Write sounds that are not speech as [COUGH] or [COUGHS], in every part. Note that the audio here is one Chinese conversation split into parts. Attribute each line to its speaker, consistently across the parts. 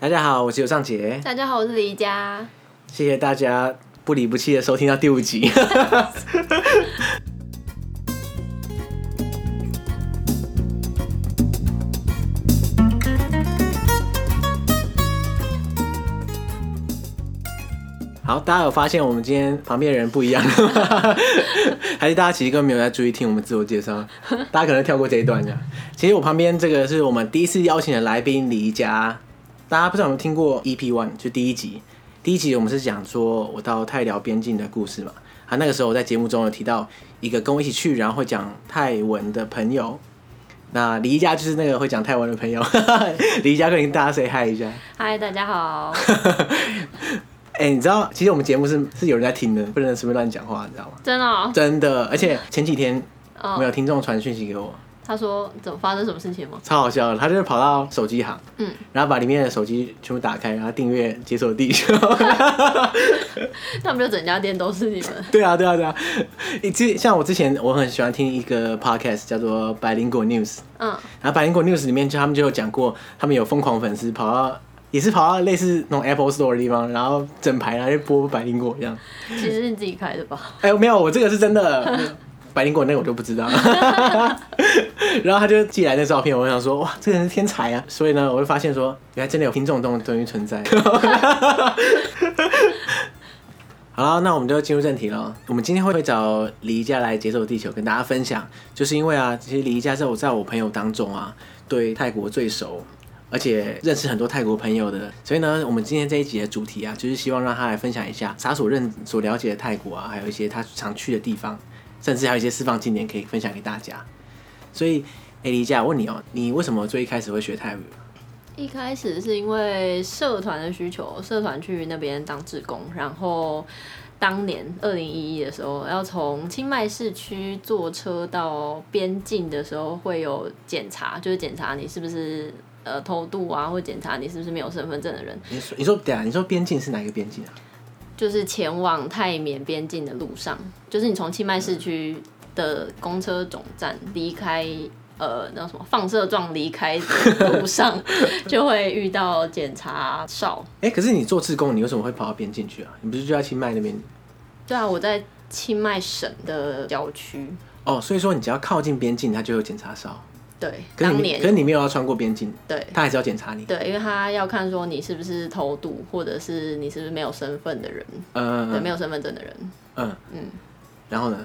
Speaker 1: 大家好，我是尤尚杰，
Speaker 2: 大家好，我是李佳。
Speaker 1: 谢谢大家不离不弃的收听到第五集。 [LAUGHS] 好，大家有发现我们今天旁边的人不一样了吗？ [LAUGHS] 还是大家其实根本没有在注意听我们自我介绍？大家可能跳过这一段这样。其实我旁边这个是我们第一次邀请的来宾李佳，大家不知道有没有听过 EP One，就第一集。第一集我们是讲说我到泰辽边境的故事嘛，啊，那个时候我在节目中有提到一个跟我一起去，然后会讲泰文的朋友。那李一佳就是那个会讲泰文的朋友， [LAUGHS] 李一佳跟大家 say hi 一下。
Speaker 2: 嗨，大家 [LAUGHS] 好。
Speaker 1: 哎、你知道，其实我们节目是是有人在听的，不能随便乱讲话，你知道吗？
Speaker 2: 真的、哦？
Speaker 1: 真的，而且前几天我们
Speaker 2: 哦，
Speaker 1: 有听众传讯息给我，
Speaker 2: 他说怎么发生什么事情吗？ [LAUGHS]
Speaker 1: 超好笑的，他就是跑到手机行，
Speaker 2: 嗯，
Speaker 1: 然后把里面的手机全部打开，然后订阅解锁地
Speaker 2: [LAUGHS]
Speaker 1: 球。
Speaker 2: 那不就整家店都是你们？
Speaker 1: [LAUGHS] 对啊，对啊，对啊。以之像我之前我很喜欢听一个 podcast 叫做《百灵果 News》，
Speaker 2: 嗯，
Speaker 1: 然后《百灵果 News》里面就他们就有讲过，他们有疯狂粉丝跑到也是跑到类似那种 Apple Store 的地方，然后整排然后就播百灵果这样。
Speaker 2: 其实是你自己开的吧？
Speaker 1: [LAUGHS] 哎、没有，我这个是真的。百灵果那个我就不知道， [LAUGHS] 然后他就寄来那照片，我想说哇，这个人是天才啊！所以呢，我就发现说，原来真的有听这种东东西存在。 [LAUGHS] 好了，那我们就进入正题了。我们今天会找李一家来解锁地球，跟大家分享，就是因为啊，其实李一家在我在我朋友当中啊，对泰国最熟，而且认识很多泰国朋友的，所以呢，我们今天这一集的主题啊，就是希望让他来分享一下他所认所了解的泰国啊，还有一些他常去的地方，甚至还有一些私房景点可以分享给大家。所以，哎、李一家，我问你哦、你为什么最一开始会学泰语？
Speaker 2: 一开始是因为社团的需求，社团去那边当志工，然后当年二零一一的时候，要从清迈市区坐车到边境的时候，会有检查，就是检查你是不是呃偷渡啊，或检查你是不是没有身份证的人。
Speaker 1: 你说，你说，等一下，你说边境是哪一个边境啊？
Speaker 2: 就是前往泰缅边境的路上，就是你从清迈市区的公车总站离开，呃，那叫什么放射状离开的路上，就会遇到检查哨。
Speaker 1: 哎、可是你做志工，你为什么会跑到边境去啊？你不是就在清迈那边？
Speaker 2: 对啊，我在清迈省的郊区，
Speaker 1: 哦，所以说你只要靠近边境，他就有检查哨。
Speaker 2: 对，
Speaker 1: 可是
Speaker 2: 当
Speaker 1: 你，可是
Speaker 2: 年
Speaker 1: 你没有要穿过边境，
Speaker 2: 对。
Speaker 1: 他还是要检查你。
Speaker 2: 对，因为他要看说你是不是偷渡，或者是你是不是没有身份的人，
Speaker 1: 嗯、
Speaker 2: 对，没
Speaker 1: 嗯
Speaker 2: 有身份证的人，
Speaker 1: 嗯
Speaker 2: 嗯，
Speaker 1: 然后呢？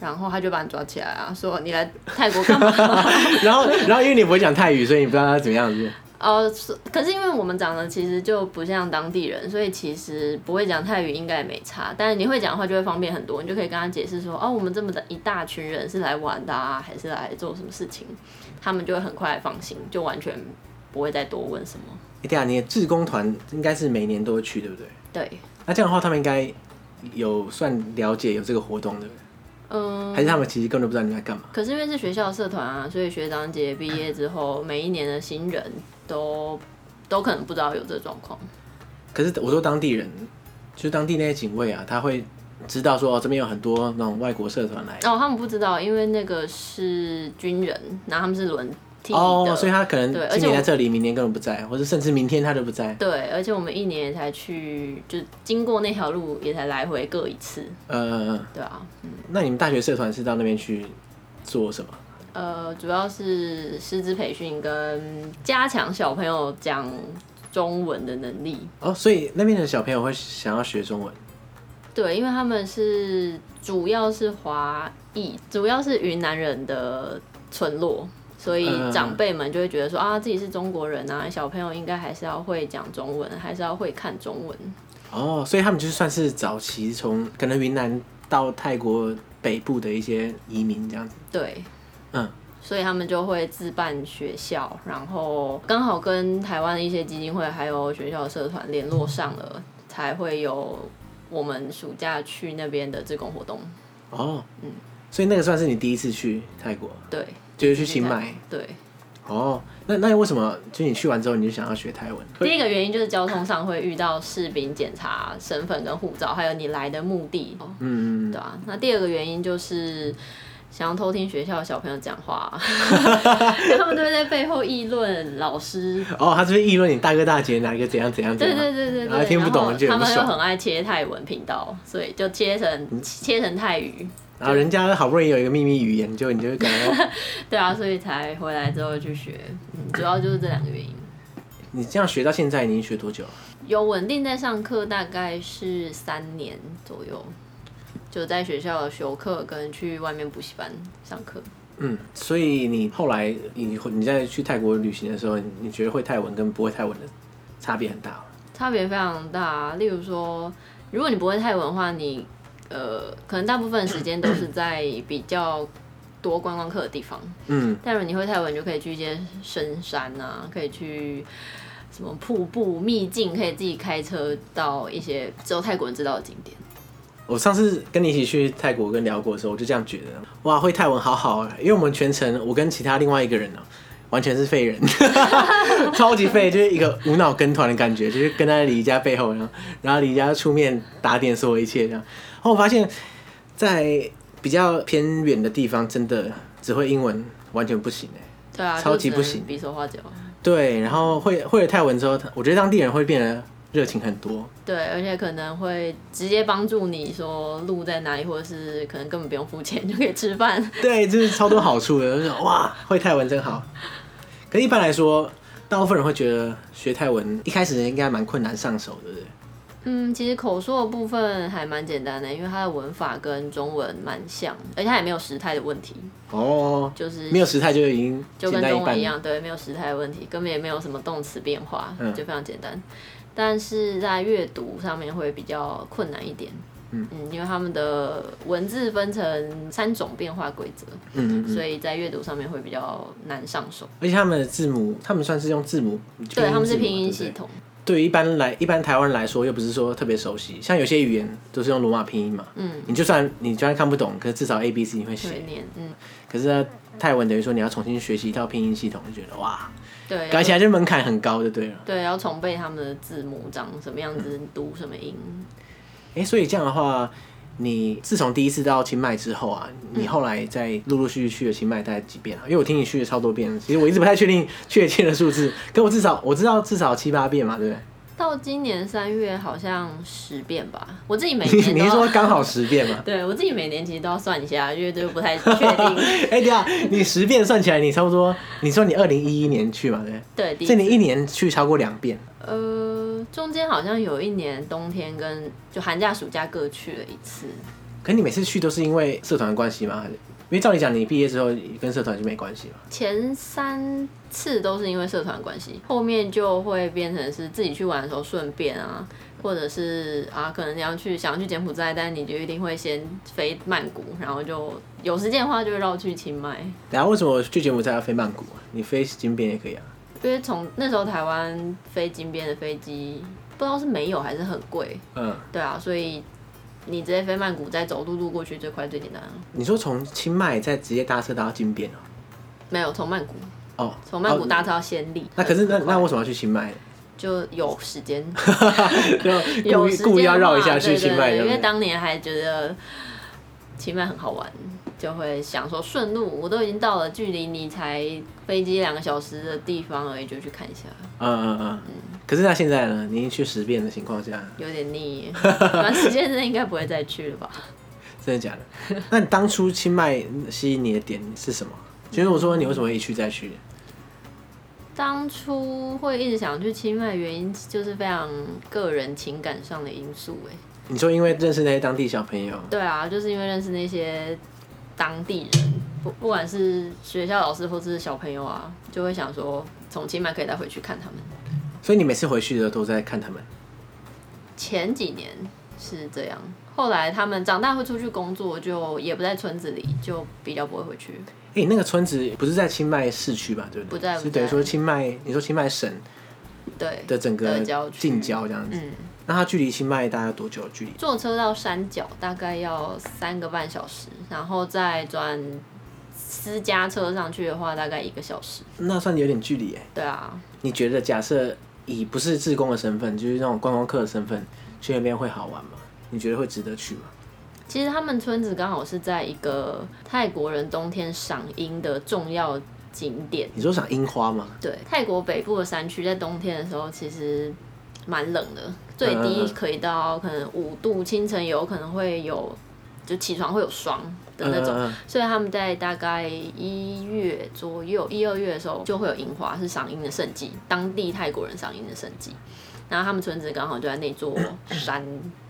Speaker 2: 然后他就把你抓起来啊，说你来泰国干嘛？
Speaker 1: [LAUGHS] 然后，然后因为你不会讲泰语，所以你不知道他怎么样子。
Speaker 2: 哦，是，可是因为我们长得其实就不像当地人，所以其实不会讲泰语应该也没差。但是你会讲的话就会方便很多，你就可以跟他解释说，哦，我们这么的一大群人是来玩的啊，还是来做什么事情，他们就会很快放心，就完全不会再多问什么。
Speaker 1: 哎，对啊，你的志工团应该是每年都会去，对不对？
Speaker 2: 对，
Speaker 1: 那这样的话，他们应该有算了解有这个活动，对不对？
Speaker 2: 嗯，
Speaker 1: 还是他们其实根本不知道你在干嘛？
Speaker 2: 可是因为是学校的社团啊，所以学长姐毕业之后，每一年的新人都都可能不知道有这状况。
Speaker 1: 可是我说当地人，就是当地那些警卫啊，他会知道说、哦、这边有很多那种外国社团来。
Speaker 2: 哦，他们不知道，因为那个是军人，然后他们是轮替的。
Speaker 1: 哦，所以他可能
Speaker 2: 对而且
Speaker 1: 今年
Speaker 2: 我
Speaker 1: 在这里，明年根本不在，或者甚至明天他就不在。
Speaker 2: 对，而且我们一年也才去，就经过那条路也才来回各一次，
Speaker 1: 呃，
Speaker 2: 对啊，
Speaker 1: 那你们大学社团是到那边去做什么？
Speaker 2: 呃，主要是师资培训跟加强小朋友讲中文的能力，
Speaker 1: 哦，所以那边的小朋友会想要学中文。
Speaker 2: 对，因为他们是主要是华裔，主要是云南人的村落。所以
Speaker 1: 嗯
Speaker 2: 长辈们就会觉得说啊，自己是中国人啊，小朋友应该还是要会讲中文，还是要会看中文。
Speaker 1: 哦，所以他们就算是早期从可能云南到泰国北部的一些移民这样子。
Speaker 2: 对，
Speaker 1: 嗯，
Speaker 2: 所以他们就会自办学校，然后刚好跟台湾的一些基金会还有学校的社团联络上了，才会有我们暑假去那边的志工活动。
Speaker 1: 哦，
Speaker 2: 嗯
Speaker 1: 所以那个算是你第一次去泰国，
Speaker 2: 对，
Speaker 1: 就是去清迈。
Speaker 2: 对，
Speaker 1: 哦，那那为什么就你去完之后你就想要学泰
Speaker 2: [LAUGHS]
Speaker 1: 文？
Speaker 2: 第一个原因就是交通上会遇到士兵检查身份跟护照，还有你来的目的。
Speaker 1: 嗯，
Speaker 2: 对啊，那第二个原因就是想要偷听学校的小朋友讲话，
Speaker 1: [LAUGHS]
Speaker 2: [LAUGHS] 他们都会在背后议论老师。
Speaker 1: 哦，他是不是议论你大哥大姐哪一个怎样怎样怎
Speaker 2: 对
Speaker 1: 样？
Speaker 2: 对对对
Speaker 1: 然后
Speaker 2: 对，
Speaker 1: 听不懂
Speaker 2: 然后
Speaker 1: 就
Speaker 2: 他
Speaker 1: 很不
Speaker 2: 们又
Speaker 1: 爽嗯
Speaker 2: 很爱切泰文频道，所以就切成切成泰语。
Speaker 1: 然后人家好不容易有一个秘密语言，就你就会感觉
Speaker 2: 对啊，所以才回来之后去学，嗯，主要就是这两个原因。
Speaker 1: 你这样学到现在，你已经学多久了？
Speaker 2: 有稳定在上课，大概是三年左右，就在学校修课跟去外面补习班上课。
Speaker 1: 嗯，所以你后来你你在去泰国旅行的时候，你觉得会泰文跟不会泰文的差别很大吗？
Speaker 2: 差别非常大。啊例如说，如果你不会泰文的话，你呃，可能大部分时间都是在比较多观光客的地方。
Speaker 1: 嗯，
Speaker 2: 但如果你会泰文，你就可以去一些深山啊，可以去什么瀑布、秘境，可以自己开车到一些只有泰国人知道的景点。
Speaker 1: 我上次跟你一起去泰国跟辽国的时候，我就这样觉得，哇，会泰文好好啊！因为我们全程我跟其他另外一个人呢、完全是废人， [LAUGHS] 超级废，就是一个无脑跟团的感觉，就是跟在李佳背后，然后然后李佳出面打点所有一切这样。然后我发现，在比较偏远的地方，真的只会英文完全不行哎、
Speaker 2: 对啊，
Speaker 1: 超级
Speaker 2: 就只能
Speaker 1: 不行
Speaker 2: 比手画脚。
Speaker 1: 对，然后会会了泰文之后，我觉得当地人会变得热情很多。
Speaker 2: 对，而且可能会直接帮助你说路在哪里，或者是可能根本不用付钱就可以吃饭。
Speaker 1: 对，就是超多好处的，就是哇，会泰文真好。可一般来说，大部分人会觉得学泰文一开始应该蛮困难上手的，对不对？
Speaker 2: 嗯，其实口说的部分还蛮简单的，因为它的文法跟中文蛮像，而且它也没有时态的问题，
Speaker 1: 哦，
Speaker 2: 就是
Speaker 1: 没有时态就已经
Speaker 2: 嗯就
Speaker 1: 简
Speaker 2: 跟
Speaker 1: 单
Speaker 2: 中
Speaker 1: 一
Speaker 2: 文
Speaker 1: 半了。
Speaker 2: 一样，对，没有时态的问题，根本也没有什么动词变化，
Speaker 1: 嗯
Speaker 2: 就非常简单。但是在阅读上面会比较困难一点，嗯因为他们的文字分成三种变化规则，
Speaker 1: 嗯嗯嗯。
Speaker 2: 所以在阅读上面会比较难上手。
Speaker 1: 而且他们的字母，他们算是用字母，
Speaker 2: 对，他们是
Speaker 1: 字母
Speaker 2: 拼音
Speaker 1: 对
Speaker 2: 系
Speaker 1: 不对
Speaker 2: 统，
Speaker 1: 对于一般来一般台湾人来说，又不是说特别熟悉，像有些语言都是用罗马拼音嘛。
Speaker 2: 嗯，
Speaker 1: 你就算你就算看不懂，可是至少 A B C 你会
Speaker 2: 会
Speaker 1: 写。
Speaker 2: 念，嗯，
Speaker 1: 可是呢泰文等于说你要重新学习一套拼音系统，就觉得哇，
Speaker 2: 对，
Speaker 1: 搞起来就门槛很高，就对了。
Speaker 2: 对，要重背他们的字母长什么样子，读什么音。
Speaker 1: 哎、所以这样的话，你自从第一次到清迈之后啊，
Speaker 2: 嗯
Speaker 1: 你后来再陆陆续续去了清迈大概几遍啊？因为我听你去了超多遍，其实我一直不太确定确切的数字，可我至少我知道至少七八遍嘛，对不对？
Speaker 2: 到今年三月好像十遍吧，我自己每
Speaker 1: 你 [LAUGHS]
Speaker 2: 年
Speaker 1: 你
Speaker 2: 都
Speaker 1: 是
Speaker 2: 要？
Speaker 1: 说刚好十遍吗
Speaker 2: 对我自己每年其实都要算一下，因为这个不太确
Speaker 1: [LAUGHS]
Speaker 2: 定。
Speaker 1: 哎、对啊，你十遍算起来，你差不多，你说你二零一一年去嘛，对不
Speaker 2: 对，第
Speaker 1: 对？所
Speaker 2: 一
Speaker 1: 以你
Speaker 2: 次
Speaker 1: 一年去超过两遍，
Speaker 2: 呃，中间好像有一年冬天跟就寒假暑假各去了一次。
Speaker 1: 可你每次去都是因为社团的关系吗？还是因为照理讲，你毕业之后跟社团就没关系嘛。
Speaker 2: 前三次都是因为社团关系，后面就会变成是自己去玩的时候顺便啊，或者是啊，可能你要去想要去柬埔寨，但你就一定会先飞曼谷，然后就有时间的话就会绕去清迈，
Speaker 1: 然后为什么去柬埔寨要飞曼谷啊？你飞金边也可以啊。
Speaker 2: 因为从那时候台湾飞金边的飞机不知道是没有还是很贵，
Speaker 1: 嗯，
Speaker 2: 对啊，所以你直接飞曼谷再走陆路过去最快最简单啊，
Speaker 1: 你说从清迈再直接搭车搭到金边哦、
Speaker 2: 没有从曼谷
Speaker 1: 哦，
Speaker 2: 从曼谷
Speaker 1: 哦
Speaker 2: 搭车到暹粒，
Speaker 1: 那可是那
Speaker 2: 很快
Speaker 1: 那为什么要去清
Speaker 2: [LAUGHS]
Speaker 1: 迈？
Speaker 2: 就有时间。
Speaker 1: 就故
Speaker 2: 有
Speaker 1: 意
Speaker 2: 时
Speaker 1: 故意
Speaker 2: 间
Speaker 1: 要
Speaker 2: 的
Speaker 1: 绕
Speaker 2: 话
Speaker 1: 一下
Speaker 2: 对
Speaker 1: 去
Speaker 2: 对
Speaker 1: 清迈，对
Speaker 2: 对因为
Speaker 1: 不对？
Speaker 2: 当年还觉得清迈很好玩，就会想说顺路，我都已经到了，距离你才飞机两个小时的地方而已，就去看一下，
Speaker 1: 嗯嗯嗯。可是那现在呢？你已经去十遍的情况下，
Speaker 2: 有
Speaker 1: [LAUGHS]
Speaker 2: 点腻。短时间之内应该不会再去了吧？
Speaker 1: 真的假
Speaker 2: [LAUGHS]
Speaker 1: 的？那你当初清迈吸引你的点是什么？就是我说你为什么一去再去？
Speaker 2: 当初会一直想去清迈，原因就是非常个人情感上的因素、哎，
Speaker 1: 你说因为认识那些当地小朋友，
Speaker 2: 对啊，就是因为认识那些当地人，不不管是学校老师或是小朋友啊，就会想说从清迈可以再回去看他们。
Speaker 1: 所以你每次回去的时候都在看他们。
Speaker 2: 前几年是这样，后来他们长大会出去工作，就也不在村子里，就比较不会回去。
Speaker 1: 哎、那个村子不是在清迈市区吧？对不对？
Speaker 2: 不在不在
Speaker 1: 是等于说清迈，你说清迈省
Speaker 2: 对
Speaker 1: 的整个
Speaker 2: 的郊区
Speaker 1: 近郊这样子。
Speaker 2: 嗯，
Speaker 1: 那它距离清迈大概多久的距离？
Speaker 2: 坐车到山脚大概要三个半小时，然后再转私家车上去的话，大概一个小时。
Speaker 1: 那算有点距离哎、
Speaker 2: 对啊，
Speaker 1: 你觉得假设以不是志工的身份，就是那种观光客的身份去那边会好玩吗？你觉得会值得去吗？
Speaker 2: 其实他们村子刚好是在一个泰国人冬天赏樱的重要景点。
Speaker 1: 你说赏樱花吗？
Speaker 2: 对，泰国北部的山区在冬天的时候其实蛮冷的，最
Speaker 1: 嗯嗯
Speaker 2: 低
Speaker 1: 嗯
Speaker 2: 可以到可能五度，清晨有可能会有，就起床会有霜的呃那种。
Speaker 1: 嗯嗯嗯
Speaker 2: 所以他们在大概一月左右，一二月的时候就会有樱花，是赏樱的盛季，当地泰国人赏樱的盛季。然后他们村子刚好就在那座山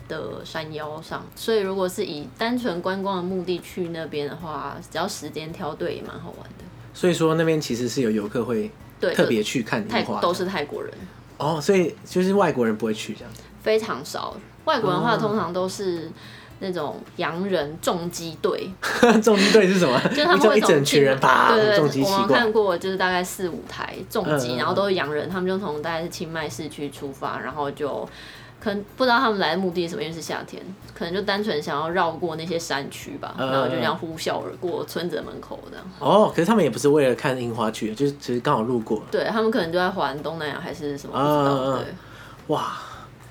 Speaker 2: 的山腰上，所以如果是以单纯观光的目的去那边的话，只要时间挑对也蛮好玩的。
Speaker 1: 所以说那边其实是有游客会
Speaker 2: 对，
Speaker 1: 特别去看
Speaker 2: 泰
Speaker 1: 樱花的，
Speaker 2: 都是泰国人，
Speaker 1: 哦，所以就是外国人不会去这样 [LAUGHS] 子。
Speaker 2: 非常少。外国人的话
Speaker 1: 哦
Speaker 2: 通常都是那种洋人重击队，
Speaker 1: 重击队是什么？
Speaker 2: [LAUGHS] 就是他
Speaker 1: 一
Speaker 2: 们
Speaker 1: 种 [LAUGHS]
Speaker 2: 会啊
Speaker 1: 一整群人啪
Speaker 2: 对对
Speaker 1: 重击
Speaker 2: 对，我
Speaker 1: 起
Speaker 2: 们
Speaker 1: 过来。
Speaker 2: 看过就是大概四五台重
Speaker 1: 嗯
Speaker 2: 机，
Speaker 1: 嗯嗯
Speaker 2: 然后都是洋人，他们就从大概是清迈市区出发，然后就可能不知道他们来的目的是什么，因为是夏天，可能就单纯想要绕过那些山区吧，
Speaker 1: 嗯嗯嗯
Speaker 2: 然后就这样呼啸而过村子的门口这样。
Speaker 1: 哦，可是他们也不是为了看樱花去的，就是只是刚好路过。
Speaker 2: 对他们可能就在环东南亚还是什么不知
Speaker 1: 嗯
Speaker 2: 道，
Speaker 1: 嗯嗯
Speaker 2: 对，
Speaker 1: 哇，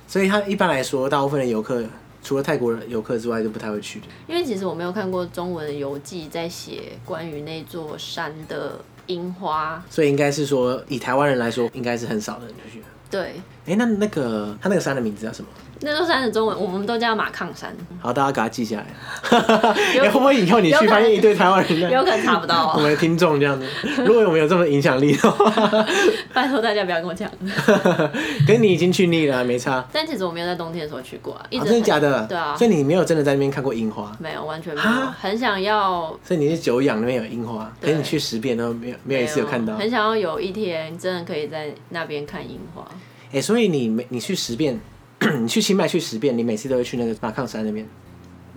Speaker 1: 所以他一般来说，大部分的游客除了泰国人游客之外，就不太会去的。
Speaker 2: 因为其实我没有看过中文的游记在写关于那座山的樱花，
Speaker 1: 所以应该是说，以台湾人来说，应该是很少的人去。
Speaker 2: 对，
Speaker 1: 哎、那那个他那个山的名字叫什么？
Speaker 2: 那座山的中文我们都叫它马抗山，
Speaker 1: 好，大家给他记 [LAUGHS] 下来。
Speaker 2: 有
Speaker 1: 哎会不会以后你
Speaker 2: 有可
Speaker 1: 去
Speaker 2: 能
Speaker 1: 发现一堆台湾人在
Speaker 2: [LAUGHS] 有可能查不到、哦
Speaker 1: 我们的听众这样子？如果我们有这么影响力的 [LAUGHS] 话，
Speaker 2: 拜托大家不要跟我讲。
Speaker 1: 可是你已经去腻了，啊没差。
Speaker 2: 但其实我没有在冬天的时候去过、啊，一
Speaker 1: 啊、
Speaker 2: 直、
Speaker 1: 真的假的？
Speaker 2: 对啊
Speaker 1: 所以你没有真的在那边看过樱花，
Speaker 2: 没有，完全没有，
Speaker 1: 啊
Speaker 2: 很想要。
Speaker 1: 所以你是久仰那边有樱花，可
Speaker 2: 对
Speaker 1: 是你去十遍都没有没有一次有看到。
Speaker 2: 很想要有一天真的可以在那边看樱花。
Speaker 1: 哎、所以你每你去十遍， [COUGHS] 你去清迈去十遍，你每次都会去那个马抗山那边。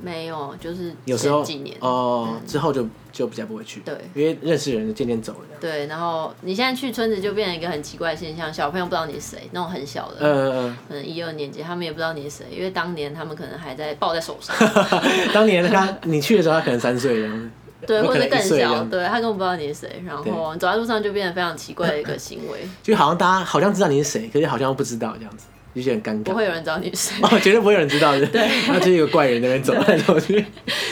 Speaker 2: 没有，就是
Speaker 1: 有时候
Speaker 2: 前几年嗯
Speaker 1: 哦，之后就就比较不会去，
Speaker 2: 对
Speaker 1: 因为认识人就渐渐走了这样。
Speaker 2: 对，然后你现在去村子就变成一个很奇怪的现象，小朋友不知道你是谁，那种很小的，
Speaker 1: 呃，
Speaker 2: 可能一二年级，他们也不知道你是谁，因为当年他们可能还在抱在
Speaker 1: [LAUGHS]
Speaker 2: 手上，
Speaker 1: 呃当年他你去的时候，他可能三岁这样子，
Speaker 2: 对，
Speaker 1: 我
Speaker 2: 或
Speaker 1: 可能
Speaker 2: 者更
Speaker 1: 一岁这
Speaker 2: 小，
Speaker 1: 样
Speaker 2: 对他根本不知道你是谁，然后走在路上就变得非常奇怪的一个行
Speaker 1: [LAUGHS]
Speaker 2: 为，
Speaker 1: 就好像大家好像知道你是谁，可是好像不知道这样子，就觉得很尴
Speaker 2: 不
Speaker 1: 尬。
Speaker 2: 会有人知道你是谁，
Speaker 1: [LAUGHS] 哦，绝对不会有人知道的。对， [LAUGHS] 那就是一个怪人在那边
Speaker 2: [LAUGHS]
Speaker 1: 走来走去。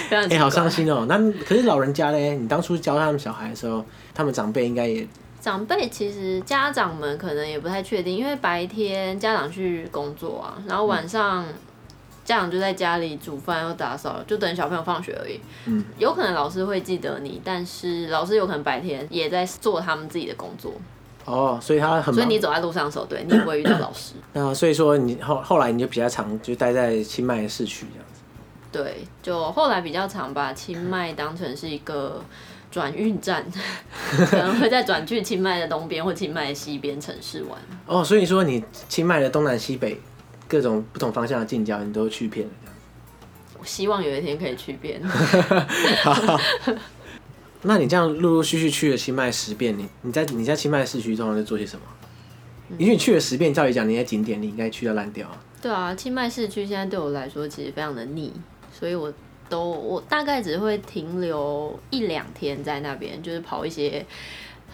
Speaker 2: 非常
Speaker 1: 哎、
Speaker 2: 奇怪。
Speaker 1: 好伤心哦。那可是老人家嘞，你当初教他们小孩的时候，他们长辈应该也
Speaker 2: 长辈其实家长们可能也不太确定，因为白天家长去工作啊，然后晚上家长就在家里煮饭又打扫，就等小朋友放学而已。
Speaker 1: 嗯，
Speaker 2: 有可能老师会记得你，但是老师有可能白天也在做他们自己的工作，
Speaker 1: 哦，所以他很
Speaker 2: 所
Speaker 1: 忙
Speaker 2: 以。你走在路上的时候，对你也不会遇到老师。
Speaker 1: 那所以说你后后来你就比较常就待在清迈的市区这样子。
Speaker 2: 对，就后来比较常把清迈当成是一个转运站， [LAUGHS] 可能会再转去清迈的东边或清迈的西边城市玩。
Speaker 1: 哦，所以说你清迈的东南西北各种不同方向的近郊，你都去遍了这样子。
Speaker 2: 我希望有一天可以去遍。
Speaker 1: 那你这样陆陆续续去了清迈十遍，你你在你在清迈市区通常在做些什么？
Speaker 2: 嗯
Speaker 1: 因为你去了十遍，照理讲你在景点你应该去到烂掉啊。
Speaker 2: 对啊，清迈市区现在对我来说其实非常的腻，所以我都我大概只会停留一两天在那边，就是跑一些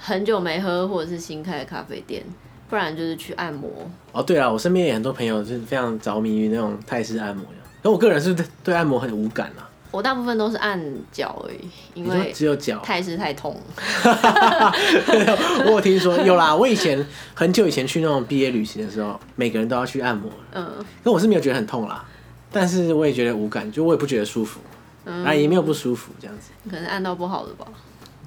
Speaker 2: 很久没喝或者是新开的咖啡店，不然就是去按摩。
Speaker 1: 哦，对啊，我身边也很多朋友是非常着迷于那种泰式按摩的，可我个人是对对按摩很无感啊。
Speaker 2: 我大部分都是按脚而已，因
Speaker 1: 你说
Speaker 2: 为
Speaker 1: 只有脚，
Speaker 2: 太是太痛了。
Speaker 1: [LAUGHS] 我有听说有啦。我以前很久以前去那种毕业旅行的时候，每个人都要去按摩，
Speaker 2: 嗯，
Speaker 1: 可我是没有觉得很痛啦，但是我也觉得无感，就我也不觉得舒服，啊也没有不舒服这样子。
Speaker 2: 可能按到不好的吧，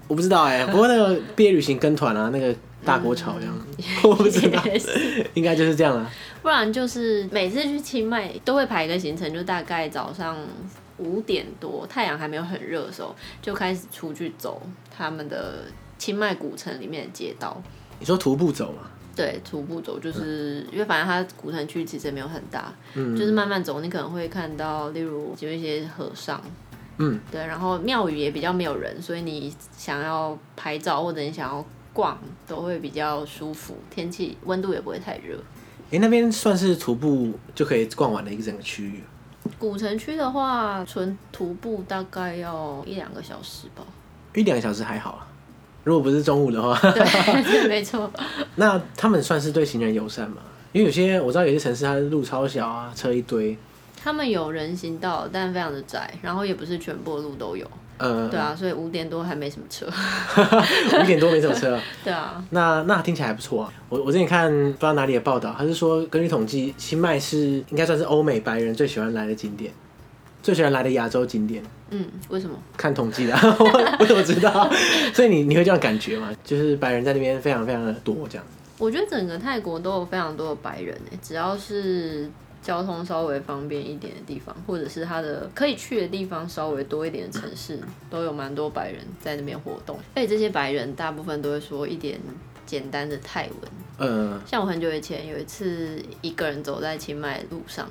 Speaker 1: 我不知道哎、不过那个毕业旅行跟团啊，那个大锅炒这样，我不知
Speaker 2: [LAUGHS]
Speaker 1: 道，
Speaker 2: 也是
Speaker 1: 应该就是这样啊啦。
Speaker 2: 不然就是每次去清迈都会排一个行程，就大概早上五点多，太阳还没有很热的时候，就开始出去走他们的清迈古城里面的街道。
Speaker 1: 你说徒步走嘛？
Speaker 2: 对，徒步走就是、因为反正它古城区其实也没有很大，就是慢慢走，你可能会看到，例如有一些和尚，
Speaker 1: 嗯，
Speaker 2: 对，然后庙宇也比较没有人，所以你想要拍照或者你想要逛都会比较舒服，天气温度也不会太热。
Speaker 1: 哎、那边算是徒步就可以逛完的一个整个区域。
Speaker 2: 古城区的话，纯徒步大概要一两个小时吧。
Speaker 1: 一两个小时还好啊，如果不是中午的话， [LAUGHS]
Speaker 2: 对，对， [LAUGHS] 没错。
Speaker 1: 那他们算是对行人友善嘛？因为有些我知道有些城市它的路超小啊，车一堆，
Speaker 2: 他们有人行道，但非常的窄，然后也不是全部的路都有。
Speaker 1: 呃，
Speaker 2: 对啊，所以五点多还没什么车。 [LAUGHS]
Speaker 1: 五点多没什么车，
Speaker 2: 对啊，
Speaker 1: 那那听起来还不错啊。我我之前看不知道哪里的报道，他是说根据统计，清迈是应该算是欧美白人最喜欢来的景点，最喜欢来的亚洲景点。
Speaker 2: 嗯，为什么？
Speaker 1: 看统计的啊，我我怎么知道？ [LAUGHS] 所以你你会这样感觉吗？就是白人在那边非常非常的多这样。
Speaker 2: 我觉得整个泰国都有非常多的白人诶、欸只要是交通稍微方便一点的地方，或者是它的可以去的地方稍微多一点的城市，都有蛮多白人在那边活动。而且这些白人大部分都会说一点简单的泰文。
Speaker 1: 呃，
Speaker 2: 像我很久以前有一次一个人走在清迈的路上，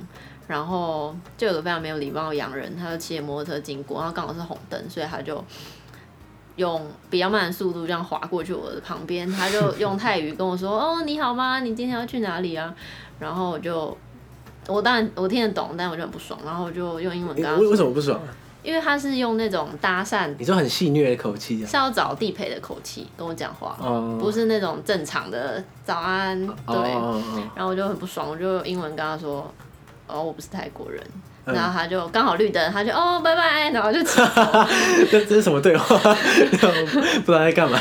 Speaker 2: 然后就有个非常没有礼貌的洋人，他就骑着摩托车经过，然后刚好是红灯，所以他就用比较慢的速度这样划过去我的旁边，他就用泰语跟我说：“哦，你好吗？你今天要去哪里啊？”然后我就。我当然我听得懂，但我就很不爽，然后我就用英文
Speaker 1: 你
Speaker 2: 跟他
Speaker 1: 为为
Speaker 2: 说，
Speaker 1: 什么不爽？
Speaker 2: 因为他是用那种搭讪
Speaker 1: 你说很戏谑的口气这样。
Speaker 2: 是要找地陪的口气跟我讲话，
Speaker 1: 哦
Speaker 2: 不是那种正常的早安，对，
Speaker 1: 哦哦
Speaker 2: 然后我就很不爽，我就英文跟他说，哦，我不是泰国人。然后他就刚好绿灯，他就哦拜拜，然后就 [LAUGHS] 啊骑走。
Speaker 1: 哦这这是什么对话？ [LAUGHS] 不知道在干嘛。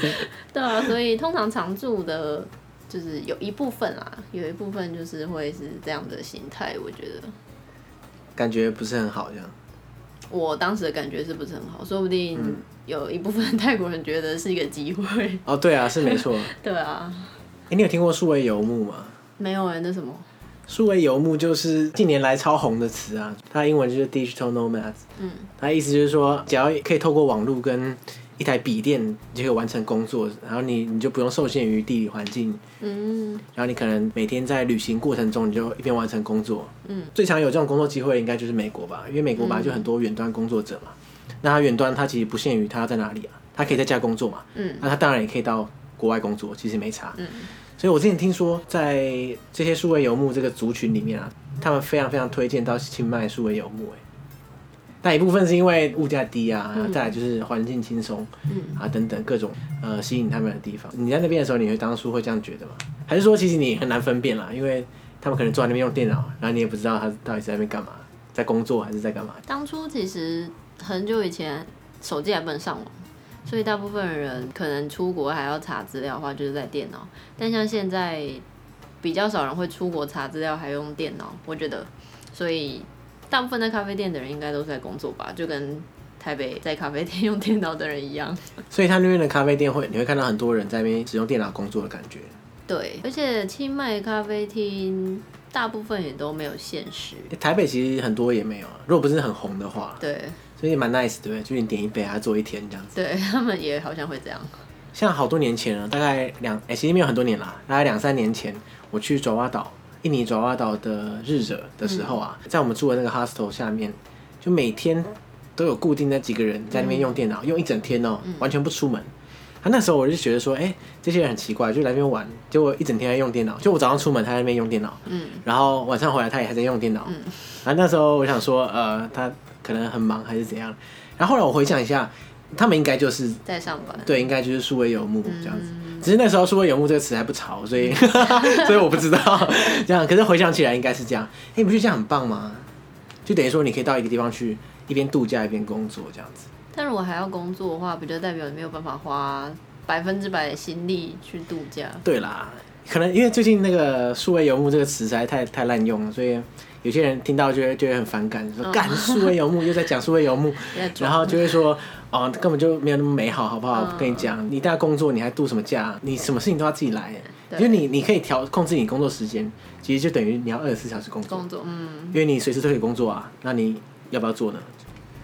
Speaker 1: [LAUGHS]
Speaker 2: 对啊，所以通常常住的，就是有一部分啦，有一部分就是会是这样的心态。我觉得
Speaker 1: 感觉不是很好，这样
Speaker 2: 我当时的感觉是不是很好？说不定有一部分 [LAUGHS] 泰国人觉得是一个机会。
Speaker 1: 哦，对啊，是没
Speaker 2: [LAUGHS]
Speaker 1: 错。哎、
Speaker 2: 对啊，
Speaker 1: 你有听过数位游牧吗？
Speaker 2: 没有哎、那什么，
Speaker 1: 数位游牧就是近年来超红的词啊，它英文就是 digital nomads。
Speaker 2: 嗯，
Speaker 1: 它意思就是说，只要可以透过网络跟一台笔电就可以完成工作，然后你你就不用受限于地理环境，
Speaker 2: 嗯
Speaker 1: 然后你可能每天在旅行过程中，你就一边完成工作。
Speaker 2: 嗯，
Speaker 1: 最常有这种工作机会应该就是美国吧，因为美国本来就很多远端工作者嘛。
Speaker 2: 嗯
Speaker 1: 那他远端他其实不限于他在哪里啊，他可以在家工作嘛。
Speaker 2: 嗯，
Speaker 1: 那他当然也可以到国外工作，其实没差。
Speaker 2: 嗯，
Speaker 1: 所以我之前听说，在这些数位游牧这个族群里面啊，他们非常非常推荐到清迈数位游牧、欸。但一部分是因为物价低啊，然后再来就是环境轻松，
Speaker 2: 嗯
Speaker 1: 啊等等各种呃吸引他们的地方。你在那边的时候，你会当初会这样觉得吗？还是说其实你很难分辨啦，因为他们可能坐在那边用电脑，然后你也不知道他到底是在那边干嘛，在工作还是在干嘛？
Speaker 2: 当初其实很久以前手机还不能上网，所以大部分人可能出国还要查资料的话，就是在电脑。但像现在比较少人会出国查资料还用电脑，我觉得，所以大部分在咖啡店的人应该都是在工作吧，就跟台北在咖啡店 [LAUGHS] 用电脑的人一样。
Speaker 1: 所以他那边的咖啡店会，你会看到很多人在那边使用电脑工作的感觉。
Speaker 2: 对，而且清迈咖啡厅大部分也都没有限时。
Speaker 1: 欸台北其实很多也没有啊，如果不是很红的话，
Speaker 2: 对
Speaker 1: 所以蛮 nice 对不对？就你点一杯啊，坐一天这样子。
Speaker 2: 对，他们也好像会这样。
Speaker 1: 像好多年前了，大概两哎、其实没有很多年啦，大概两三年前，我去爪哇岛，印尼爪哇岛的日惹的时候啊，在我们住的那个 hostel 下面，就每天都有固定那几个人在那边用电脑，用一整天哦、完全不出门。他、那时候我就觉得说，哎、这些人很奇怪，就来这边玩，结果一整天在用电脑，就我早上出门他在那边用电脑，
Speaker 2: 嗯，
Speaker 1: 然后晚上回来他也还在用电脑，嗯，然后那时候我想说，呃，他可能很忙还是怎样，然后后来我回想一下，他们应该就是
Speaker 2: 在上班。
Speaker 1: 对，应该就是数位游牧这样子。只是那时候“数位游牧”这个词还不潮，所以 [LAUGHS] 所以我不知道这样。可是回想起来，应该是这样。哎、你不觉得这样很棒吗？就等于说你可以到一个地方去，一边度假一边工作这样子。
Speaker 2: 但如果还要工作的话，不就代表你没有办法花百分之百的心力去度假？
Speaker 1: 对啦，可能因为最近那个“数位游牧”这个词实在太太滥用了，所以有些人听到就会就会很反感，就说“干数位游牧”又在讲数位游牧，
Speaker 2: 在装
Speaker 1: 然后就会说。哦，根本就没有那么美好，好不好？跟你讲，你大工作，你还度什么假？你什么事情都要自己来，因为
Speaker 2: 对
Speaker 1: 你你可以调控制你工作时间，其实就等于你要二十四小时工作，
Speaker 2: 工作，嗯，
Speaker 1: 因为你随时都可以工作啊。那你要不要做呢？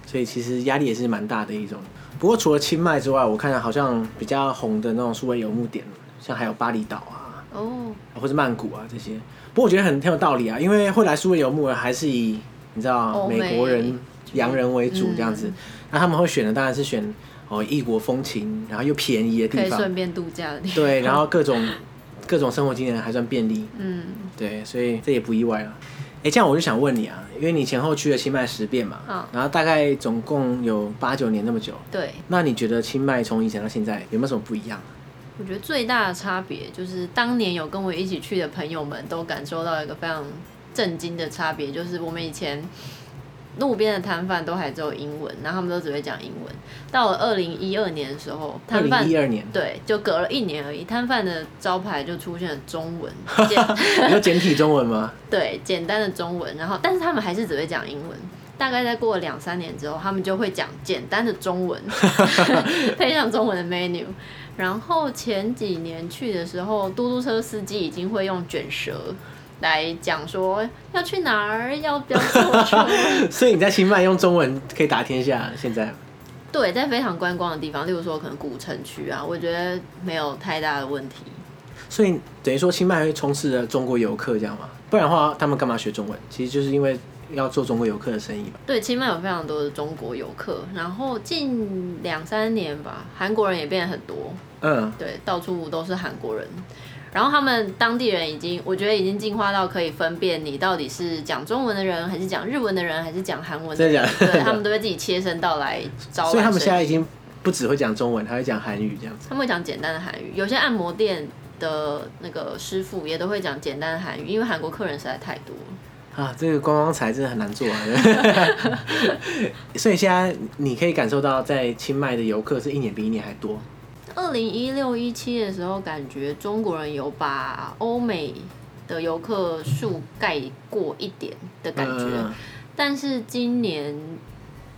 Speaker 1: 所以其实压力也是蛮大的一种。不过除了清迈之外，我看好像比较红的那种数位游牧点，像还有巴厘岛啊，
Speaker 2: 哦，
Speaker 1: 或是曼谷啊这些。不过我觉得很很有道理啊，因为会来数位游牧的还是以你知道
Speaker 2: 欧美嗯
Speaker 1: 美国人、洋人为主这样子，那他们会选的当然是选哦异国风情，然后又便宜的
Speaker 2: 可
Speaker 1: 地
Speaker 2: 以
Speaker 1: 方，
Speaker 2: 顺便度假的地方。
Speaker 1: 对，然后各种各种生活技能还算便利，
Speaker 2: 嗯，
Speaker 1: 对，所以这也不意外了。哎，这样我就想问你啊，因为你前后去了清迈十遍嘛，
Speaker 2: 嗯
Speaker 1: 然后大概总共有八九年那么久，
Speaker 2: 对，
Speaker 1: 那你觉得清迈从以前到现在有没有什么不一样啊？
Speaker 2: 我觉得最大的差别就是当年有跟我一起去的朋友们都感受到一个非常震惊的差别，就是我们以前路边的摊贩都还只有英文，然后他们都只会讲英文。到了二零一二年的时候，
Speaker 1: 二
Speaker 2: 摊贩
Speaker 1: 零一二年，
Speaker 2: 对，就隔了一年而已，摊贩的招牌就出现了中
Speaker 1: [LAUGHS]
Speaker 2: 文，简
Speaker 1: 有简体中文吗？
Speaker 2: 对简单的中文，然后但是他们还是只会讲英文。大概再过了两三年之后，他们就会讲简单的中文，配上中文的 menu。然后前几年去的时候，嘟嘟车司机已经会用卷舌来讲说要去哪儿，要不要坐车。
Speaker 1: [LAUGHS] 所以你在清迈用中文可以打天下，现在
Speaker 2: 对，在非常观光的地方，例如说可能古城区啊，我觉得没有太大的问题。
Speaker 1: 所以等于说清迈会充斥着中国游客这样嘛？不然的话，他们干嘛学中文？其实就是因为要做中国游客的生意吧。
Speaker 2: 对，清迈有非常多的中国游客，然后近两三年吧，韩国人也变得很多，
Speaker 1: 嗯，
Speaker 2: 对，到处都是韩国人。然后他们当地人已经，我觉得已经进化到可以分辨你到底是讲中文的人，还是讲日文的人，还是讲韩文的
Speaker 1: 真的
Speaker 2: 人。
Speaker 1: 假的
Speaker 2: 对他们都会自己切身到来招揽生意。
Speaker 1: 所以他们现在已经不只会讲中文，还会讲韩语这样子。
Speaker 2: 他们会讲简单的韩语，有些按摩店的那个师傅也都会讲简单的韩语，因为韩国客人实在太多了。
Speaker 1: [LAUGHS] 啊，这个观光财真的很难 [LAUGHS] 做啊！所以现在你可以感受到，在清迈的游客是一年比一年还多。
Speaker 2: 二零一六一七的时候，感觉中国人有把欧美的游客数盖过一点的感觉，
Speaker 1: 嗯
Speaker 2: 但是今年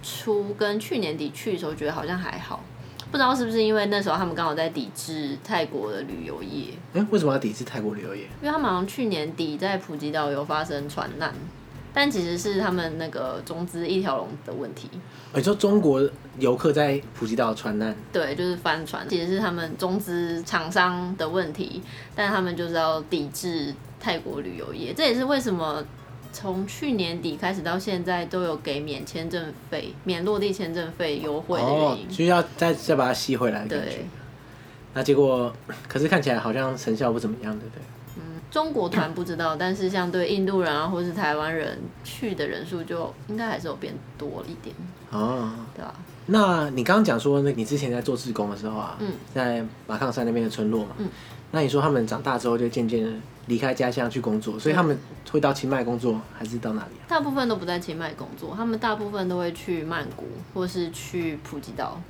Speaker 2: 初跟去年底去的时候，觉得好像还好。不知道是不是因为那时候他们刚好在抵制泰国的旅游业，
Speaker 1: 哎、为什么要抵制泰国旅游业？
Speaker 2: 因为他们好像去年底在普吉岛有发生船难，但其实是他们那个中资一条龙的问题。
Speaker 1: 哦你说中国游客在普吉岛船难，
Speaker 2: 对，就是帆船，其实是他们中资厂商的问题，但他们就是要抵制泰国旅游业，这也是为什么从去年底开始到现在都有给免签证费、免落地签证费优惠的
Speaker 1: 哦
Speaker 2: 原因。，
Speaker 1: 就要再再把它吸回来的感觉
Speaker 2: 对。，
Speaker 1: 那结果，可是看起来好像成效不怎么样，对不对？
Speaker 2: 中国团不知道，但 [LAUGHS] 是像对印度人啊，或是台湾人去的人数就应该还是有变多了一点，
Speaker 1: 哦，
Speaker 2: 对吧、
Speaker 1: 那你刚刚讲说，那你之前在做志工的时候啊，
Speaker 2: 嗯
Speaker 1: 在马抗山那边的村落嘛，
Speaker 2: 嗯
Speaker 1: 那你说他们长大之后就渐渐的离开家乡去工
Speaker 2: 嗯
Speaker 1: 作，所以他们会到清迈工作，还是到哪里啊？
Speaker 2: 大部分都不在清迈工作，他们大部分都会去曼谷或是去普吉岛。